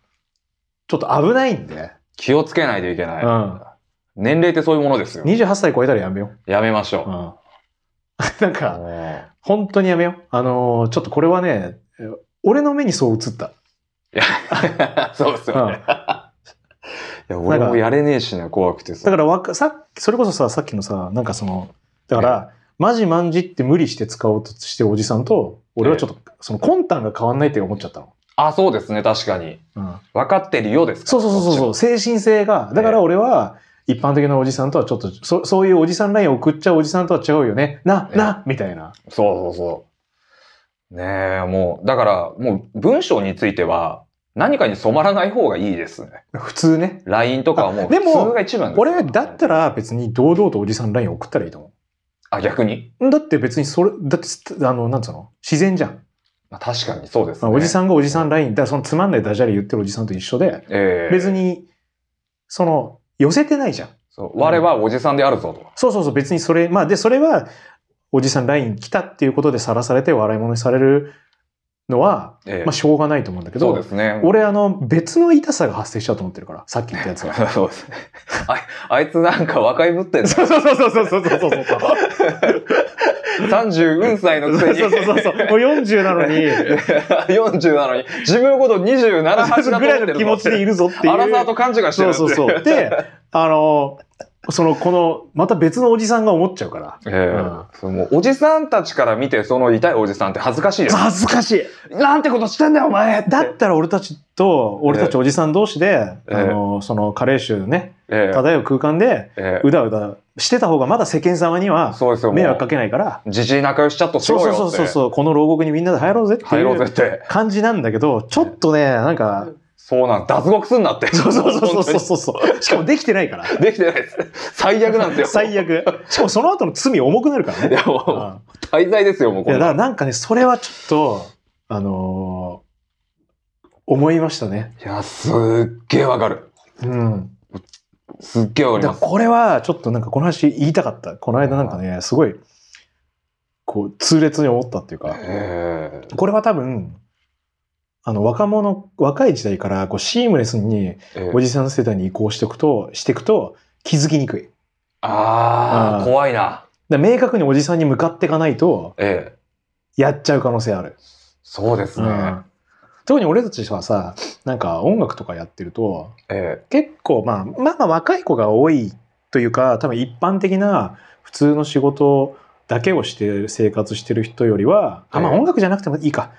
Speaker 2: ちょっと危ないんで、
Speaker 1: 気をつけないといけない。
Speaker 2: うん。
Speaker 1: 年齢ってそういうものですよ。
Speaker 2: 28歳超えたらやめよ
Speaker 1: やめまし
Speaker 2: う。う
Speaker 1: ょ
Speaker 2: ん。 なん
Speaker 1: う。
Speaker 2: か、
Speaker 1: うん
Speaker 2: 本当にやめよう。あのーちょっとこれはね、え俺の目にそう映った。
Speaker 1: そうです よね。いや、俺
Speaker 2: なん
Speaker 1: も
Speaker 2: か
Speaker 1: やれねえしね、怖くて
Speaker 2: だ
Speaker 1: さ。
Speaker 2: からわか、さっき、それこそさ、さっきのさ、なんかその、だから、マジマンジって無理して使おうとしてるおじさんと、俺はちょっと、その魂胆が変わんないって思っちゃったの。
Speaker 1: あ、そうですね、確かに。
Speaker 2: うん。
Speaker 1: 分かってるようですか。
Speaker 2: そうそうそうそうう、精神性が、だから俺は、一般的なおじさんとはちょっと、そそういうおじさんラインを送っちゃうおじさんとは違うよね。な、
Speaker 1: ええ
Speaker 2: な、みたいな。
Speaker 1: そうそうそう。ねえ、もう、だから、もう文章については、何かに染まらない方がいいですね。
Speaker 2: 普通ね。
Speaker 1: LINE とかはもう、
Speaker 2: あでも
Speaker 1: 普通が一番です
Speaker 2: 俺、だった、ら別に堂々とおじさんライン送ったらいいと思う。
Speaker 1: あ、逆に、
Speaker 2: だって別にそれ、だってす、あの、なんつうの自然じゃん。
Speaker 1: まあ、確かにそうです、
Speaker 2: ま
Speaker 1: ね。
Speaker 2: あおじさんがおじさんライン、だからそのつまんないダジャレ言ってるおじさんと一緒で、
Speaker 1: ええ
Speaker 2: 別。に、その、寄せてないじゃん。
Speaker 1: そう我はおじさんであるぞと。
Speaker 2: そうそうそう、別にそれ、まあで、それは、おじさん LINE 来たっていうことでさらされて笑い物にされるのは、
Speaker 1: ええ
Speaker 2: まあ、しょうがないと思うんだけ
Speaker 1: そう
Speaker 2: ど
Speaker 1: で、すね。
Speaker 2: 俺、あの、別の痛さが発生したと思ってるから、さっき言ったやつは。
Speaker 1: そうですね。ああいつなんか若いぶってんな
Speaker 2: そうそうそうそうそうそうそうそう。
Speaker 1: 30運歳のくせに。
Speaker 2: そうそ うそうそう。もう40なのに、
Speaker 1: 40なのに、自分のこと27、8だと思ってる
Speaker 2: ぐらいの気持ちでいるぞっていう。
Speaker 1: アラサーと勘違いして
Speaker 2: そ
Speaker 1: る
Speaker 2: うそうそう。で、あの、その、この、また別のおじさんが思っちゃうから。
Speaker 1: ええそうもうおじさんたちから見て、その痛いおじさんって恥ずかしいです。
Speaker 2: 恥ずかしい。
Speaker 1: なんてことしてんだよ、お前
Speaker 2: だったら俺たちと、俺たちおじさん同士で、
Speaker 1: ええ
Speaker 2: あの、その加齢臭ね、
Speaker 1: ええ
Speaker 2: 漂う空間で、
Speaker 1: え
Speaker 2: うだうだしてた方がまだ世間様に
Speaker 1: え
Speaker 2: は
Speaker 1: そうですよ、
Speaker 2: 迷惑か
Speaker 1: も
Speaker 2: けないから、
Speaker 1: う。じじい仲良しチャットし
Speaker 2: そ
Speaker 1: ろ
Speaker 2: う
Speaker 1: よって。
Speaker 2: そうそうそう、この牢獄にみんなで入ろうぜって
Speaker 1: 入
Speaker 2: い
Speaker 1: ろうぜっ
Speaker 2: う
Speaker 1: て。
Speaker 2: 感じなんだけど、ちょっとね、なんか、
Speaker 1: そうなん脱獄すんなって。
Speaker 2: そうそうそうそう
Speaker 1: う。
Speaker 2: そうそう。しかもできてないから。
Speaker 1: できてないです。最悪なんですよ。
Speaker 2: 最悪。しかもその後の罪重くなるから
Speaker 1: い
Speaker 2: ね。
Speaker 1: や、もう
Speaker 2: う、
Speaker 1: ん
Speaker 2: い、
Speaker 1: 滞在ですよ、もうこ
Speaker 2: や、だ
Speaker 1: れ。
Speaker 2: からなんかね、それはちょっと、あのー思いましたね。
Speaker 1: いや、すっげえわかる。
Speaker 2: うん。
Speaker 1: すっげえわかり
Speaker 2: だか
Speaker 1: ま
Speaker 2: ら
Speaker 1: す。
Speaker 2: これはちょっとなんかこの話言いたかった。この間なんかね、すごい、こう、痛烈に思ったっていうか、
Speaker 1: え
Speaker 2: これは多分、あの、若者、若い時代から、こう、シームレスに
Speaker 1: えええ
Speaker 2: おじさん世代に移行していくと、していくと、気づきにくい。
Speaker 1: ああ、
Speaker 2: うん
Speaker 1: 怖いな。
Speaker 2: だから明確におじさんに向かっていかないと、
Speaker 1: ええ
Speaker 2: やっちゃう可能性ある。
Speaker 1: そうですね。
Speaker 2: 特に俺たちはさ、なんか音楽とかやってると、
Speaker 1: え
Speaker 2: 結構まあ、まあまあ若い子が多いというか、多分一般的な普通の仕事だけをして生活してる人よりは、あまあ
Speaker 1: ええ
Speaker 2: 音楽じゃなくてもいいか。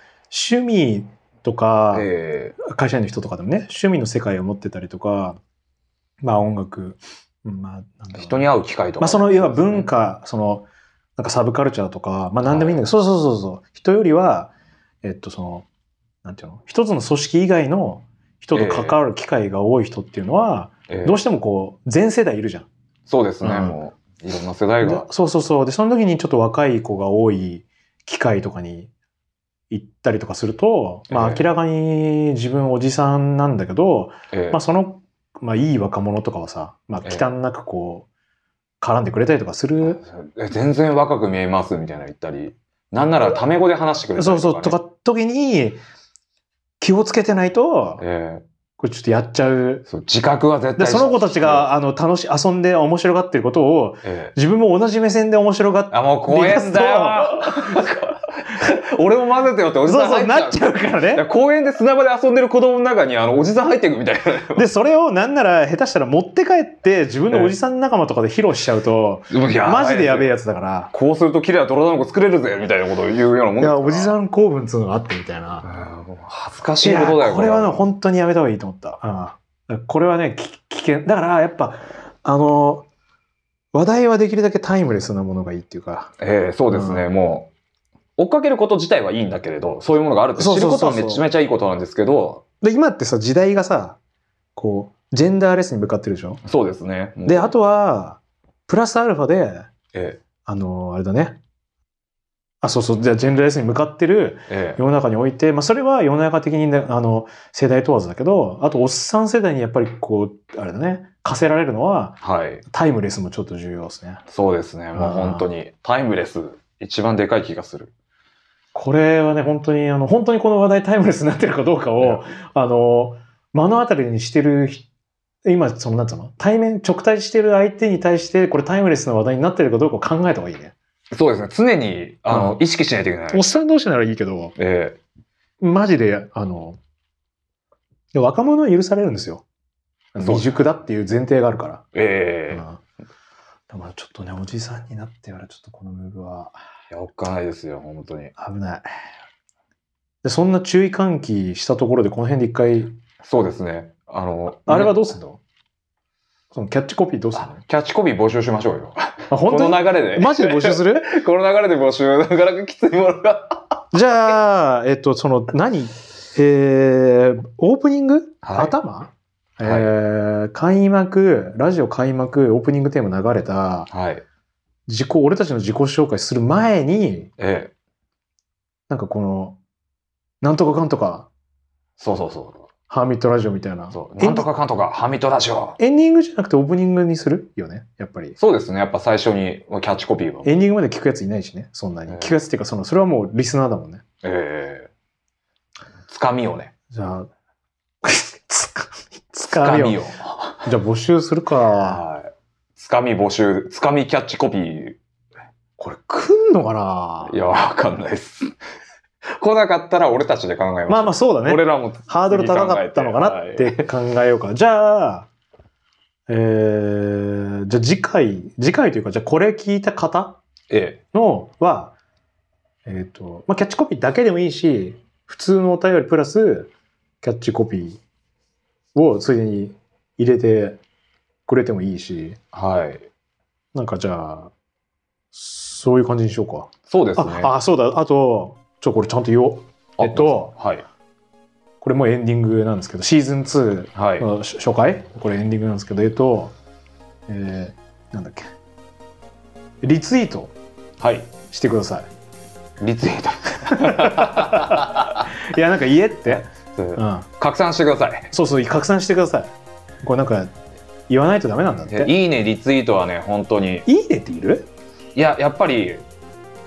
Speaker 2: 趣味とか、
Speaker 1: ええ
Speaker 2: 会社員の人とかでもね、趣味の世界を持ってたりとか、まあ音楽、うんまあなんだ
Speaker 1: え
Speaker 2: ろう
Speaker 1: 人に会う機会とか。
Speaker 2: まあその要は文
Speaker 1: そう
Speaker 2: 化、そのなんかサブカルチャーとか、まあ何でもいいんだけど、そうそうそうそう、人よりは、えっとその、なんていうの、一つの組織以外の人と関わる機会が多い人っていうのは、
Speaker 1: ですね、ええ
Speaker 2: どうしてもこう、全世代いるじゃん。
Speaker 1: そうですね、
Speaker 2: うん
Speaker 1: もう。いろんな世代
Speaker 2: で
Speaker 1: が。
Speaker 2: そうそうそう。で、その時にちょっと若い子が多い機会とかに行ったりとかすると、まあ
Speaker 1: ええ
Speaker 2: 明らかに自分おじさんなんだけど、
Speaker 1: ええ
Speaker 2: まあその、まあいい若者とかはさ、まあ
Speaker 1: ええ
Speaker 2: 忌憚なくこう、絡んでくれたりとかする、
Speaker 1: え全然若く見えますみたいなの言ったり、なんならタメ語で話してくれたり
Speaker 2: そうそう、とか、時に、気をつけてないと、
Speaker 1: え
Speaker 2: これちょっとやっちゃう
Speaker 1: え。そう自覚は絶
Speaker 2: で、
Speaker 1: 対
Speaker 2: その子たちが、あの、楽し、遊んで面白がってることを、
Speaker 1: ええ
Speaker 2: 自分も同じ目線で面白がって、
Speaker 1: あ、もう怖えんだよ。 俺も混ぜてよっておじ
Speaker 2: そ
Speaker 1: さ
Speaker 2: う
Speaker 1: 入
Speaker 2: んそう、
Speaker 1: っちゃう。
Speaker 2: なっちゃうからね。
Speaker 1: 公園で砂場で遊んでる子供の中にあのおじさん入っていくみたいな。
Speaker 2: で、それをなんなら下手したら持って帰って、自分のおじさん仲間とかで披露しちゃうと、
Speaker 1: もうやばい
Speaker 2: マジで やべえ
Speaker 1: え。
Speaker 2: やつだから、
Speaker 1: こうすると綺麗な泥団子作れるぜみたいなことを言うようなもんで
Speaker 2: い
Speaker 1: すか
Speaker 2: や、
Speaker 1: ら
Speaker 2: おじさん公文っつうのがあってみたいな。
Speaker 1: うんもう恥ずかしいことだ
Speaker 2: い
Speaker 1: よ
Speaker 2: やこれはね、本当にやめた方がいいと思った。うん、これはね、き危険。だから、やっぱ、あの、話題はできるだけタイムレスなものがいいっていうか。
Speaker 1: ええそうですね、もう追っかけること自体はいいんだけれどそういうものがあるって
Speaker 2: そう
Speaker 1: 知
Speaker 2: そ
Speaker 1: る
Speaker 2: うそ
Speaker 1: こ
Speaker 2: うそ
Speaker 1: とは
Speaker 2: う
Speaker 1: めちゃめちゃいいことなんですけど
Speaker 2: で、今ってさ、時代がさ、こう、ジェンダーレスに向かってるでしょ。
Speaker 1: そうですねもう
Speaker 2: で、あとは、プラスアルファで、
Speaker 1: え
Speaker 2: あの、あれだね。あ、そうそう、じゃあジェンダーレスに向かってる
Speaker 1: えええ
Speaker 2: 世の中において、まあ、それは世の中的にね、あの、世代問わずだけど、あと、おっさん世代にやっぱりこう、あれだね、課せられるのは、
Speaker 1: はい
Speaker 2: タイムレスもちょっと重要ですね。
Speaker 1: そうですねもう本当にタイムレス一番でかい気がする
Speaker 2: これはね、本当に、あの、本当にこの話題タイムレスになってるかどうかを、あの、目の当たりにしてるひ、今、その、なんつうの対面、直対してる相手に対して、これタイムレスな話題になってるかどうかを考えた方がいいね。
Speaker 1: そうですね常にあの、意識しないといけない
Speaker 2: おっさん同士ならいいけど、
Speaker 1: ええ
Speaker 2: マジで、あの、で若者は許されるんですよ。あの
Speaker 1: そう
Speaker 2: 未熟だっていう前提があるから。
Speaker 1: ええ
Speaker 2: うんだからちょっとね、おじさんになってからちょっとこのムーブは、
Speaker 1: いやおっかないですよ本当に
Speaker 2: 危ない。で、そんな注意喚起したところで、この辺で一回、
Speaker 1: そうですねあの
Speaker 2: あれはどう
Speaker 1: す
Speaker 2: すんのそのキャッチコピーどうすんの
Speaker 1: キャッチコピー募集しましょうよ
Speaker 2: あ、
Speaker 1: こ
Speaker 2: 本当
Speaker 1: の
Speaker 2: に
Speaker 1: 流れで
Speaker 2: マジで募集 する
Speaker 1: この流れで募集なかなかきついものが
Speaker 2: じゃあ、えっと、その、何えー、オープニング、
Speaker 1: はい
Speaker 2: 頭えー、開幕、ラジオ開幕、オープニングテーマ流れた、
Speaker 1: はい
Speaker 2: 自己、俺たちの自己紹介する前に、
Speaker 1: ええ
Speaker 2: なんかこの、なんとかかんとか、
Speaker 1: そうそうそう
Speaker 2: ハーミットラジオみたいな。
Speaker 1: そう。
Speaker 2: エ
Speaker 1: な
Speaker 2: ン
Speaker 1: ん
Speaker 2: デ
Speaker 1: とかかんとか、ハミットラジオ。
Speaker 2: エンディングじゃなくてオープニングにするよね、やっぱり。
Speaker 1: そうですね。やっぱ最初にキャッチコピーは。
Speaker 2: エンディングまで聞くやついないしね、そんなに。
Speaker 1: ええ
Speaker 2: 聞くやつっていうか、その、それはもうリスナーだもんね。
Speaker 1: ええつかみをね。
Speaker 2: じゃあ、 つかみ、
Speaker 1: つ
Speaker 2: つか
Speaker 1: か
Speaker 2: みを。
Speaker 1: み
Speaker 2: じ
Speaker 1: を。
Speaker 2: ゃあ募集するか。
Speaker 1: はい。つかみ募集、つかみキャッチコピー。
Speaker 2: これ来んのかない
Speaker 1: や、わかんないです。 来なかったら俺たちで考えます。
Speaker 2: まあまあそうだね。
Speaker 1: 俺らも。
Speaker 2: ハードル高かったのかなって考えようか。じゃあ、えー、じゃあ次回、次回というか、じゃあこれ聞いた方
Speaker 1: え
Speaker 2: のは、えっ、と、まあ、キャッチコピーだけでもいいし、普通のお便りプラス、キャッチコピーをついでに入れてくれてもいいし、
Speaker 1: え。はい。
Speaker 2: なんかじゃあ、そういう感じにしようか。
Speaker 1: そうですね。
Speaker 2: ああ、そうだ。あと、ちょ、これちゃんと言おう。
Speaker 1: あ
Speaker 2: えっと、
Speaker 1: はい。
Speaker 2: これもうエンディングなんですけど、シーズン2
Speaker 1: はい。
Speaker 2: まあし初回これエンディングなんですけどえっと、えーなんだっけリツイート
Speaker 1: はい。
Speaker 2: してくださ
Speaker 1: リツイー
Speaker 2: いいやなんか言えって、う
Speaker 1: ト。
Speaker 2: ん、
Speaker 1: 拡散してください。
Speaker 2: そうそう拡散してくださいこれなんか言わないとダメなんだって
Speaker 1: いいね、リツイートはね、本当に。
Speaker 2: いいねっている
Speaker 1: いや、やっぱり、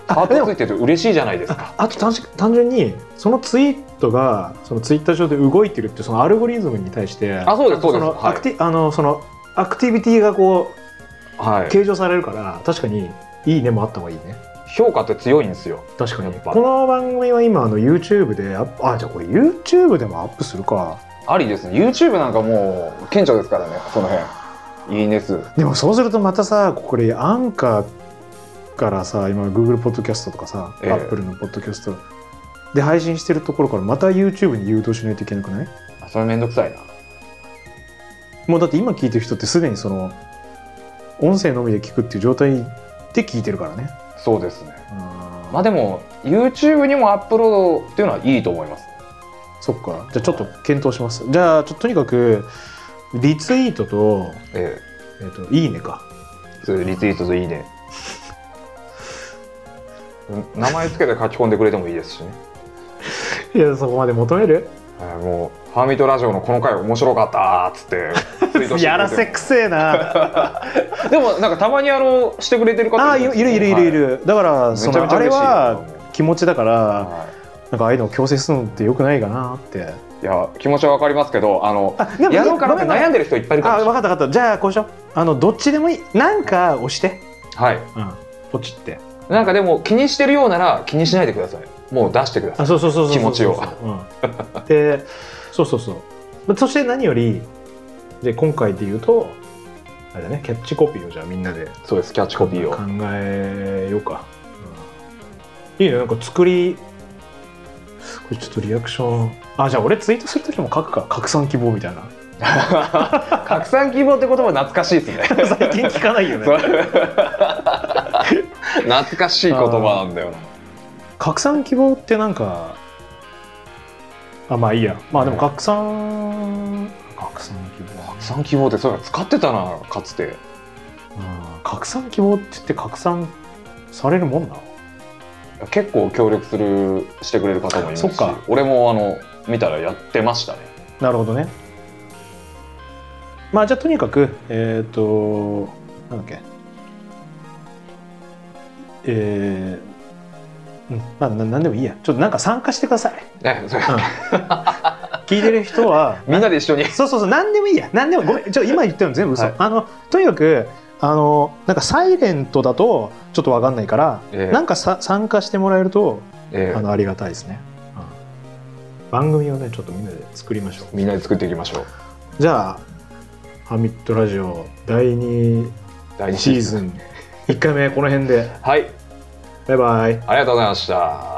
Speaker 1: ハー
Speaker 2: あで
Speaker 1: トつ
Speaker 2: も
Speaker 1: いてると嬉しいじゃないですか。
Speaker 2: ああと単純単純にそのツイートがそのツイッター上で動いてるってそのアルゴリズムに対して
Speaker 1: あ、そうです、そうで
Speaker 2: そ
Speaker 1: す。
Speaker 2: のア
Speaker 1: は
Speaker 2: クティあのそのアクティビティがこ
Speaker 1: い。は
Speaker 2: う
Speaker 1: い、
Speaker 2: 計上されるから確かにいいねもあった方がいいね
Speaker 1: 評価って強いんですよ。
Speaker 2: 確かに
Speaker 1: やっぱ
Speaker 2: この番組は今あの YouTube でアップあじゃあこれ YouTube でもアップするか
Speaker 1: ありですね。YouTube なんかもう、顕著ですからね、その辺。いいね数。
Speaker 2: でもそうするとまたさこれアンカーからさ今 Google ポッドキャストとかさ、
Speaker 1: ええ
Speaker 2: Apple のポッドキャストで配信してるところからまた YouTube に誘導しないといけなくない
Speaker 1: あそれめんどくさいな。
Speaker 2: もうだって今聞いてる人ってすでにその音声のみで聞くっていう状態で聞いてるからね
Speaker 1: そうですね。ま
Speaker 2: ま
Speaker 1: あでも、YouTube にもアップロードっていうのはいいと思います。
Speaker 2: そっかじゃあちょっと検討しますじゃあちょっととにかくリツイートと,、
Speaker 1: え
Speaker 2: えっといいねか
Speaker 1: え。そういうリツイートといいね。名前つけて書き込んでくれてもいいですしね。
Speaker 2: いやそこまで求める
Speaker 1: えーもう、ファーミートラジオのこの回面白かったーっつ って、ツイートしてくれても
Speaker 2: やらせくせえ な
Speaker 1: でも、なんかたまにあの、してくれてる方
Speaker 2: ああい
Speaker 1: る
Speaker 2: るいるいるいるいる、だから
Speaker 1: はい
Speaker 2: そ
Speaker 1: めちゃ
Speaker 2: の
Speaker 1: めちゃ
Speaker 2: あれ
Speaker 1: 嬉しいです
Speaker 2: は気持ちだから
Speaker 1: は
Speaker 2: なんかああいうのを強制するのってよくないかなって
Speaker 1: いいや、気持ちはわかりますけど、あの、
Speaker 2: あで
Speaker 1: やろうかなって悩んで
Speaker 2: で
Speaker 1: る人いっぱいいるか
Speaker 2: あ
Speaker 1: もしれ
Speaker 2: 分かった分かったじゃあこうしようあのどっちでもいいなんか押して
Speaker 1: ない。はい。
Speaker 2: うんポチって
Speaker 1: なんかでも気にしてるようなら気にしないでください。もう出してくださ
Speaker 2: あ
Speaker 1: い。
Speaker 2: そうそうそうそう
Speaker 1: 気持ちを
Speaker 2: うん、 でそうそうそうそして何よりで今回で言うとあれだねキャッチコピーをじゃあみんなで
Speaker 1: そうです、キャッチコピーを
Speaker 2: 考。えようか、いいねなんか作りこれちょっとリアクションあじゃあ俺ツイートする時も書くか拡散希望みたいな
Speaker 1: 拡散希望って言葉懐かしいですね。
Speaker 2: 最近聞かないよ
Speaker 1: そう
Speaker 2: ね
Speaker 1: 懐かしい言葉なんだよな。
Speaker 2: 拡散希望ってなんかあまあいいやまあでも拡散拡散希望
Speaker 1: 拡散希望ってそういうの使ってたな、かつて。
Speaker 2: うん拡散希望って言って拡散されるもんなの
Speaker 1: 結構協力するしてくれる方もいますし
Speaker 2: そっか
Speaker 1: 俺もあの見たらやってましたね
Speaker 2: なるほどね。まあじゃあとにかく、えっ、と、なんだっけ。えー、うん、まあななんでもいいや。ちょっとなんか参加してください。
Speaker 1: ねそれ、
Speaker 2: 聞いてる人は
Speaker 1: みんなで一緒に
Speaker 2: そうそうそう、なんでもいいや。なんでも、ごめん、ちょ今言ってるの全部嘘、
Speaker 1: はい
Speaker 2: あの、とにかく、あの、なんかサイレントだとちょっとわかんないから、
Speaker 1: ええ
Speaker 2: なんかさ参加してもらえると、
Speaker 1: え
Speaker 2: あ
Speaker 1: え
Speaker 2: の、ありがたいですね。うん番組をね、ちょっとみんなで作りましょう。
Speaker 1: みんなで作っていきましょう
Speaker 2: じゃあ「ハミットラジオ」第2
Speaker 1: 第2
Speaker 2: シーズン1回目この辺で
Speaker 1: はい
Speaker 2: バイバイ。
Speaker 1: ありがとうございました